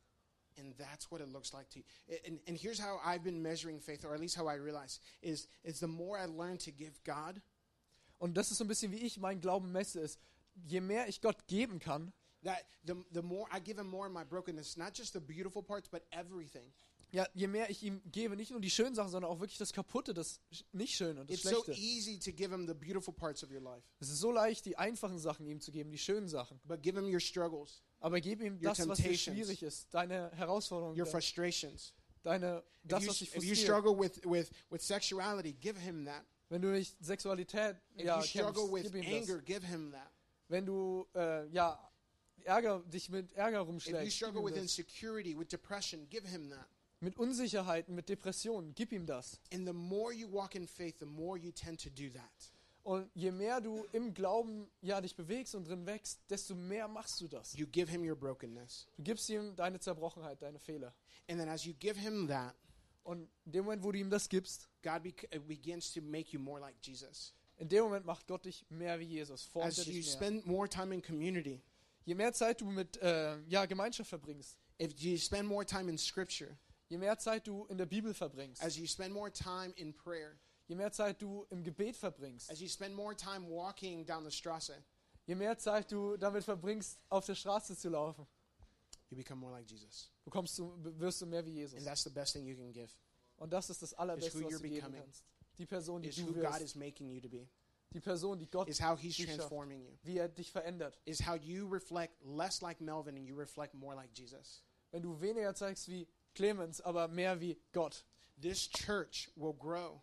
Speaker 1: And that's what it looks like to you. A- And, and here's how I've been measuring faith, or at least how I realize, is, is the more I learn to give God,
Speaker 2: Und das ist so ein bisschen, wie ich meinen Glauben messe, ist, je mehr ich Gott geben kann,
Speaker 1: that the, the more I give him more in my brokenness, not just the beautiful parts, but everything.
Speaker 2: ja, je mehr ich ihm gebe, nicht nur die schönen Sachen, sondern auch wirklich das Kaputte, das Sch- nicht Schöne und das
Speaker 1: It's so
Speaker 2: Schlechte.
Speaker 1: easy to give him the beautiful parts of your life,
Speaker 2: Es ist so leicht, die einfachen Sachen ihm zu geben, die schönen Sachen.
Speaker 1: but give him your struggles,
Speaker 2: Aber gib ihm
Speaker 1: Your
Speaker 2: das, was dir
Speaker 1: temptations.
Speaker 2: schwierig ist, deine Herausforderungen,
Speaker 1: your
Speaker 2: de-
Speaker 1: frustrations.
Speaker 2: deine,
Speaker 1: If
Speaker 2: das,
Speaker 1: you,
Speaker 2: was dich
Speaker 1: if you
Speaker 2: frustriert.
Speaker 1: struggle with, with, with sexuality, give him that.
Speaker 2: Wenn du nicht Sexualität
Speaker 1: If
Speaker 2: ja,
Speaker 1: you struggle with
Speaker 2: kämpfst, gib ihm das.
Speaker 1: anger, give him that.
Speaker 2: Wenn du äh, ja, Ärger, dich mit Ärger
Speaker 1: If you
Speaker 2: rumschlägst, gib
Speaker 1: struggle
Speaker 2: ihm
Speaker 1: with
Speaker 2: das.
Speaker 1: insecurity, with depression, give him that.
Speaker 2: mit Unsicherheiten, mit Depressionen, gib ihm das.
Speaker 1: And the more you walk in faith, the more you tend to do that.
Speaker 2: Und je mehr du im Glauben ja dich bewegst und drin wächst, desto mehr machst du das.
Speaker 1: You give him your brokenness.
Speaker 2: Du gibst ihm deine Zerbrochenheit, deine Fehler.
Speaker 1: And then as you give him that,
Speaker 2: Und in dem Moment, wo du ihm das gibst,
Speaker 1: God bec- uh, begins to make you more like Jesus.
Speaker 2: in dem Moment macht Gott dich mehr wie Jesus, formt er
Speaker 1: As you
Speaker 2: dich mehr.
Speaker 1: spend more time in community,
Speaker 2: Je mehr Zeit du mit äh, ja, Gemeinschaft verbringst,
Speaker 1: if you spend more time in scripture,
Speaker 2: je mehr Zeit du in der Bibel verbringst,
Speaker 1: as you spend more time in prayer,
Speaker 2: je mehr Zeit du im Gebet verbringst,
Speaker 1: as you spend more time walking down the Strasse,
Speaker 2: je mehr Zeit du damit verbringst, auf der Straße zu laufen,
Speaker 1: you become more like Jesus.
Speaker 2: bekommst du, wirst du mehr wie Jesus.
Speaker 1: And that's the best thing you can give.
Speaker 2: Und das ist das Allerbeste,
Speaker 1: who
Speaker 2: was
Speaker 1: you're
Speaker 2: du geben
Speaker 1: becoming.
Speaker 2: kannst. Die Person, die
Speaker 1: Is who
Speaker 2: du
Speaker 1: God
Speaker 2: wirst.
Speaker 1: is making you to be.
Speaker 2: Die Person, die Gott,
Speaker 1: Is how he's
Speaker 2: Dich schafft.
Speaker 1: transforming you.
Speaker 2: wie er dich verändert.
Speaker 1: Is how you reflect less like Melvin and you reflect more like Jesus.
Speaker 2: Wenn du weniger zeigst wie Clemens, aber mehr wie Gott.
Speaker 1: This church will grow.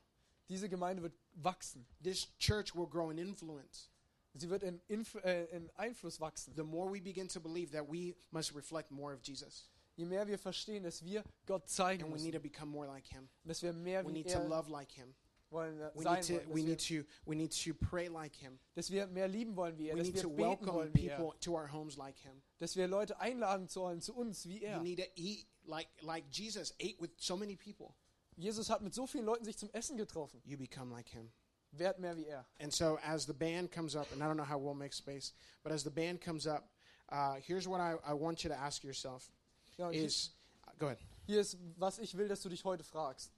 Speaker 2: Diese Gemeinde wird wachsen.
Speaker 1: This church will grow in influence.
Speaker 2: Sie wird in, Inf äh, in Einfluss wachsen.
Speaker 1: The more we begin to believe that we must reflect more of Jesus
Speaker 2: Je mehr wir verstehen, dass wir Gott zeigen
Speaker 1: and we need to
Speaker 2: müssen,
Speaker 1: become more like him.
Speaker 2: dass wir mehr
Speaker 1: We
Speaker 2: wie
Speaker 1: need to
Speaker 2: er
Speaker 1: love like him.
Speaker 2: wollen, äh,
Speaker 1: We need
Speaker 2: sein
Speaker 1: to we
Speaker 2: wollen,
Speaker 1: need
Speaker 2: dass wir,
Speaker 1: to we need to pray like him.
Speaker 2: dass wir mehr lieben wollen wie er,
Speaker 1: We
Speaker 2: dass
Speaker 1: need to
Speaker 2: wir beten
Speaker 1: welcome
Speaker 2: wollen wie er,
Speaker 1: people to our homes like him.
Speaker 2: dass wir Leute einladen sollen zu uns wie
Speaker 1: You
Speaker 2: er.
Speaker 1: need to eat like like Jesus ate with so many people.
Speaker 2: Jesus hat mit so vielen Leuten sich zum Essen getroffen.
Speaker 1: You become like him.
Speaker 2: Wer hat mehr wie er?
Speaker 1: And so as the band comes up, and I don't know how we'll make space, but as the band comes up, uh, here's what I, I want you to ask yourself
Speaker 2: Ja, und hier-
Speaker 1: is uh, go ahead.
Speaker 2: Hier ist, was ich will, dass du dich heute fragst.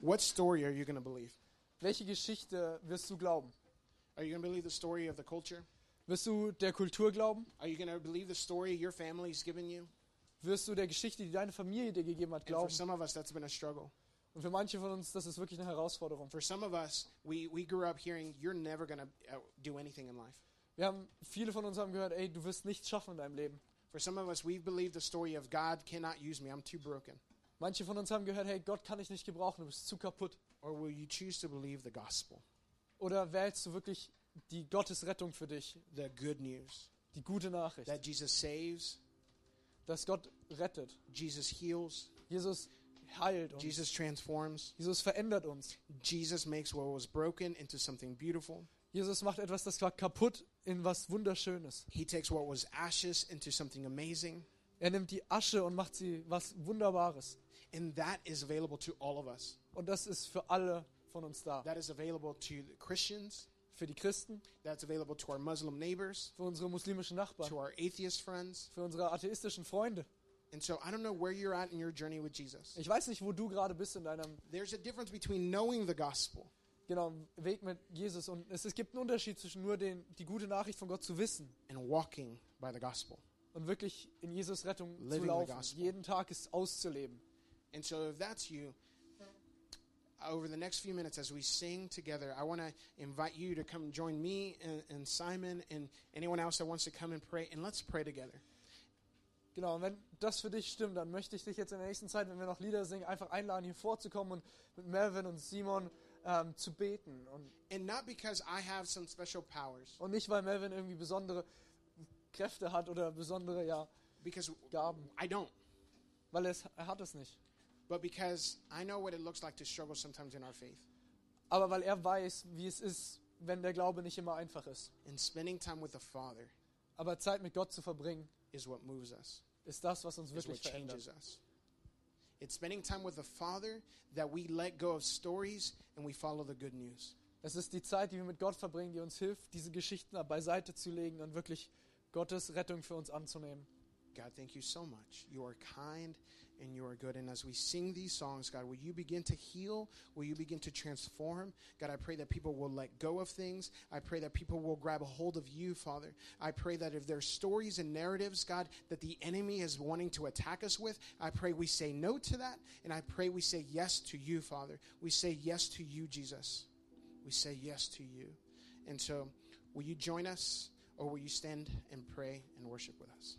Speaker 1: What story are you gonna believe?
Speaker 2: Welche Geschichte wirst du glauben?
Speaker 1: Are you gonna believe the story of the culture?
Speaker 2: Wirst du der Kultur glauben?
Speaker 1: Are you going to believe the story your family's given you?
Speaker 2: Wirst du der Geschichte, die deine Familie dir gegeben hat,
Speaker 1: And for
Speaker 2: glauben?
Speaker 1: some of us, that's been a struggle.
Speaker 2: Und für manche von uns, das ist wirklich eine Herausforderung.
Speaker 1: For some of us, we, we grew up hearing, you're never going to uh, do anything in life.
Speaker 2: Wir haben, viele von uns haben gehört, ey, du wirst nichts schaffen in deinem Leben.
Speaker 1: For some of us, we believe the story of God cannot use me, I'm too broken.
Speaker 2: Manche von uns haben gehört, hey, Gott kann dich nicht gebrauchen, du bist zu kaputt.
Speaker 1: Or will you choose to believe the gospel,
Speaker 2: Oder wählst du wirklich die Gottesrettung für dich,
Speaker 1: the good news
Speaker 2: die gute Nachricht,
Speaker 1: that Jesus saves,
Speaker 2: dass Gott rettet.
Speaker 1: Jesus heals,
Speaker 2: Jesus heilt uns.
Speaker 1: Jesus transforms,
Speaker 2: Jesus verändert uns.
Speaker 1: Jesus makes what was broken into something beautiful,
Speaker 2: Jesus macht etwas, das war kaputt in was Wunderschönes.
Speaker 1: He takes what was ashes into something amazing,
Speaker 2: Er nimmt die Asche und macht sie was Wunderbares.
Speaker 1: and that is available to all of us.
Speaker 2: Und das ist für alle von uns da.
Speaker 1: That is available to the Christians,
Speaker 2: Für die Christen,
Speaker 1: that's available to our Muslim neighbors,
Speaker 2: für unsere muslimischen Nachbarn,
Speaker 1: to our atheist friends.
Speaker 2: für unsere atheistischen Freunde.
Speaker 1: And so I don't know where you're at in your journey with Jesus.
Speaker 2: Ich weiß nicht, wo du gerade bist in deinem
Speaker 1: There's a difference between knowing the gospel
Speaker 2: genau, Weg mit Jesus. Und es, es gibt einen Unterschied zwischen nur den, die gute Nachricht von Gott zu wissen
Speaker 1: and walking by the gospel.
Speaker 2: und wirklich in Jesus Rettung
Speaker 1: Living
Speaker 2: zu
Speaker 1: the
Speaker 2: laufen,
Speaker 1: gospel.
Speaker 2: jeden Tag es auszuleben.
Speaker 1: And so, if that's you, over the next few minutes as we sing together, I want to invite you to come join me and, and Simon and anyone else that wants to come and pray, and let's pray together.
Speaker 2: Genau, und wenn das für dich stimmt, dann möchte ich dich jetzt in der nächsten Zeit, wenn wir noch Lieder singen, einfach einladen, hier vorzukommen und mit Melvin und Simon ähm, zu beten. Und,
Speaker 1: And not because I have some special powers,
Speaker 2: und nicht, weil Melvin irgendwie besondere Kräfte hat oder besondere ja,
Speaker 1: because
Speaker 2: Gaben,
Speaker 1: I don't,
Speaker 2: weil er, es, er hat es nicht.
Speaker 1: but because I know what it looks like to struggle sometimes in our faith.
Speaker 2: Aber weil er weiß, wie es ist, wenn der Glaube nicht immer einfach ist.
Speaker 1: And spending time with the Father
Speaker 2: Aber Zeit mit Gott zu verbringen,
Speaker 1: is what moves us,
Speaker 2: ist das, was uns
Speaker 1: is what
Speaker 2: wirklich verändert.
Speaker 1: changes us. It's spending time with the Father that we let go of stories and we follow the good news.
Speaker 2: Es ist die Zeit, die wir mit Gott verbringen, die uns hilft, diese Geschichten beiseite zu legen und wirklich Gottes Rettung für uns anzunehmen.
Speaker 1: God, thank you so much. You are kind and you are good. And as we sing these songs, God, will you begin to heal? Will you begin to transform? God, I pray that people will let go of things. I pray that people will grab a hold of you, Father. I pray that if there's stories and narratives, God, that the enemy is wanting to attack us with, I pray we say no to that. And I pray we say yes to you, Father. We say yes to you, Jesus. We say yes to you. And so, will you join us or will you stand and pray and worship with us?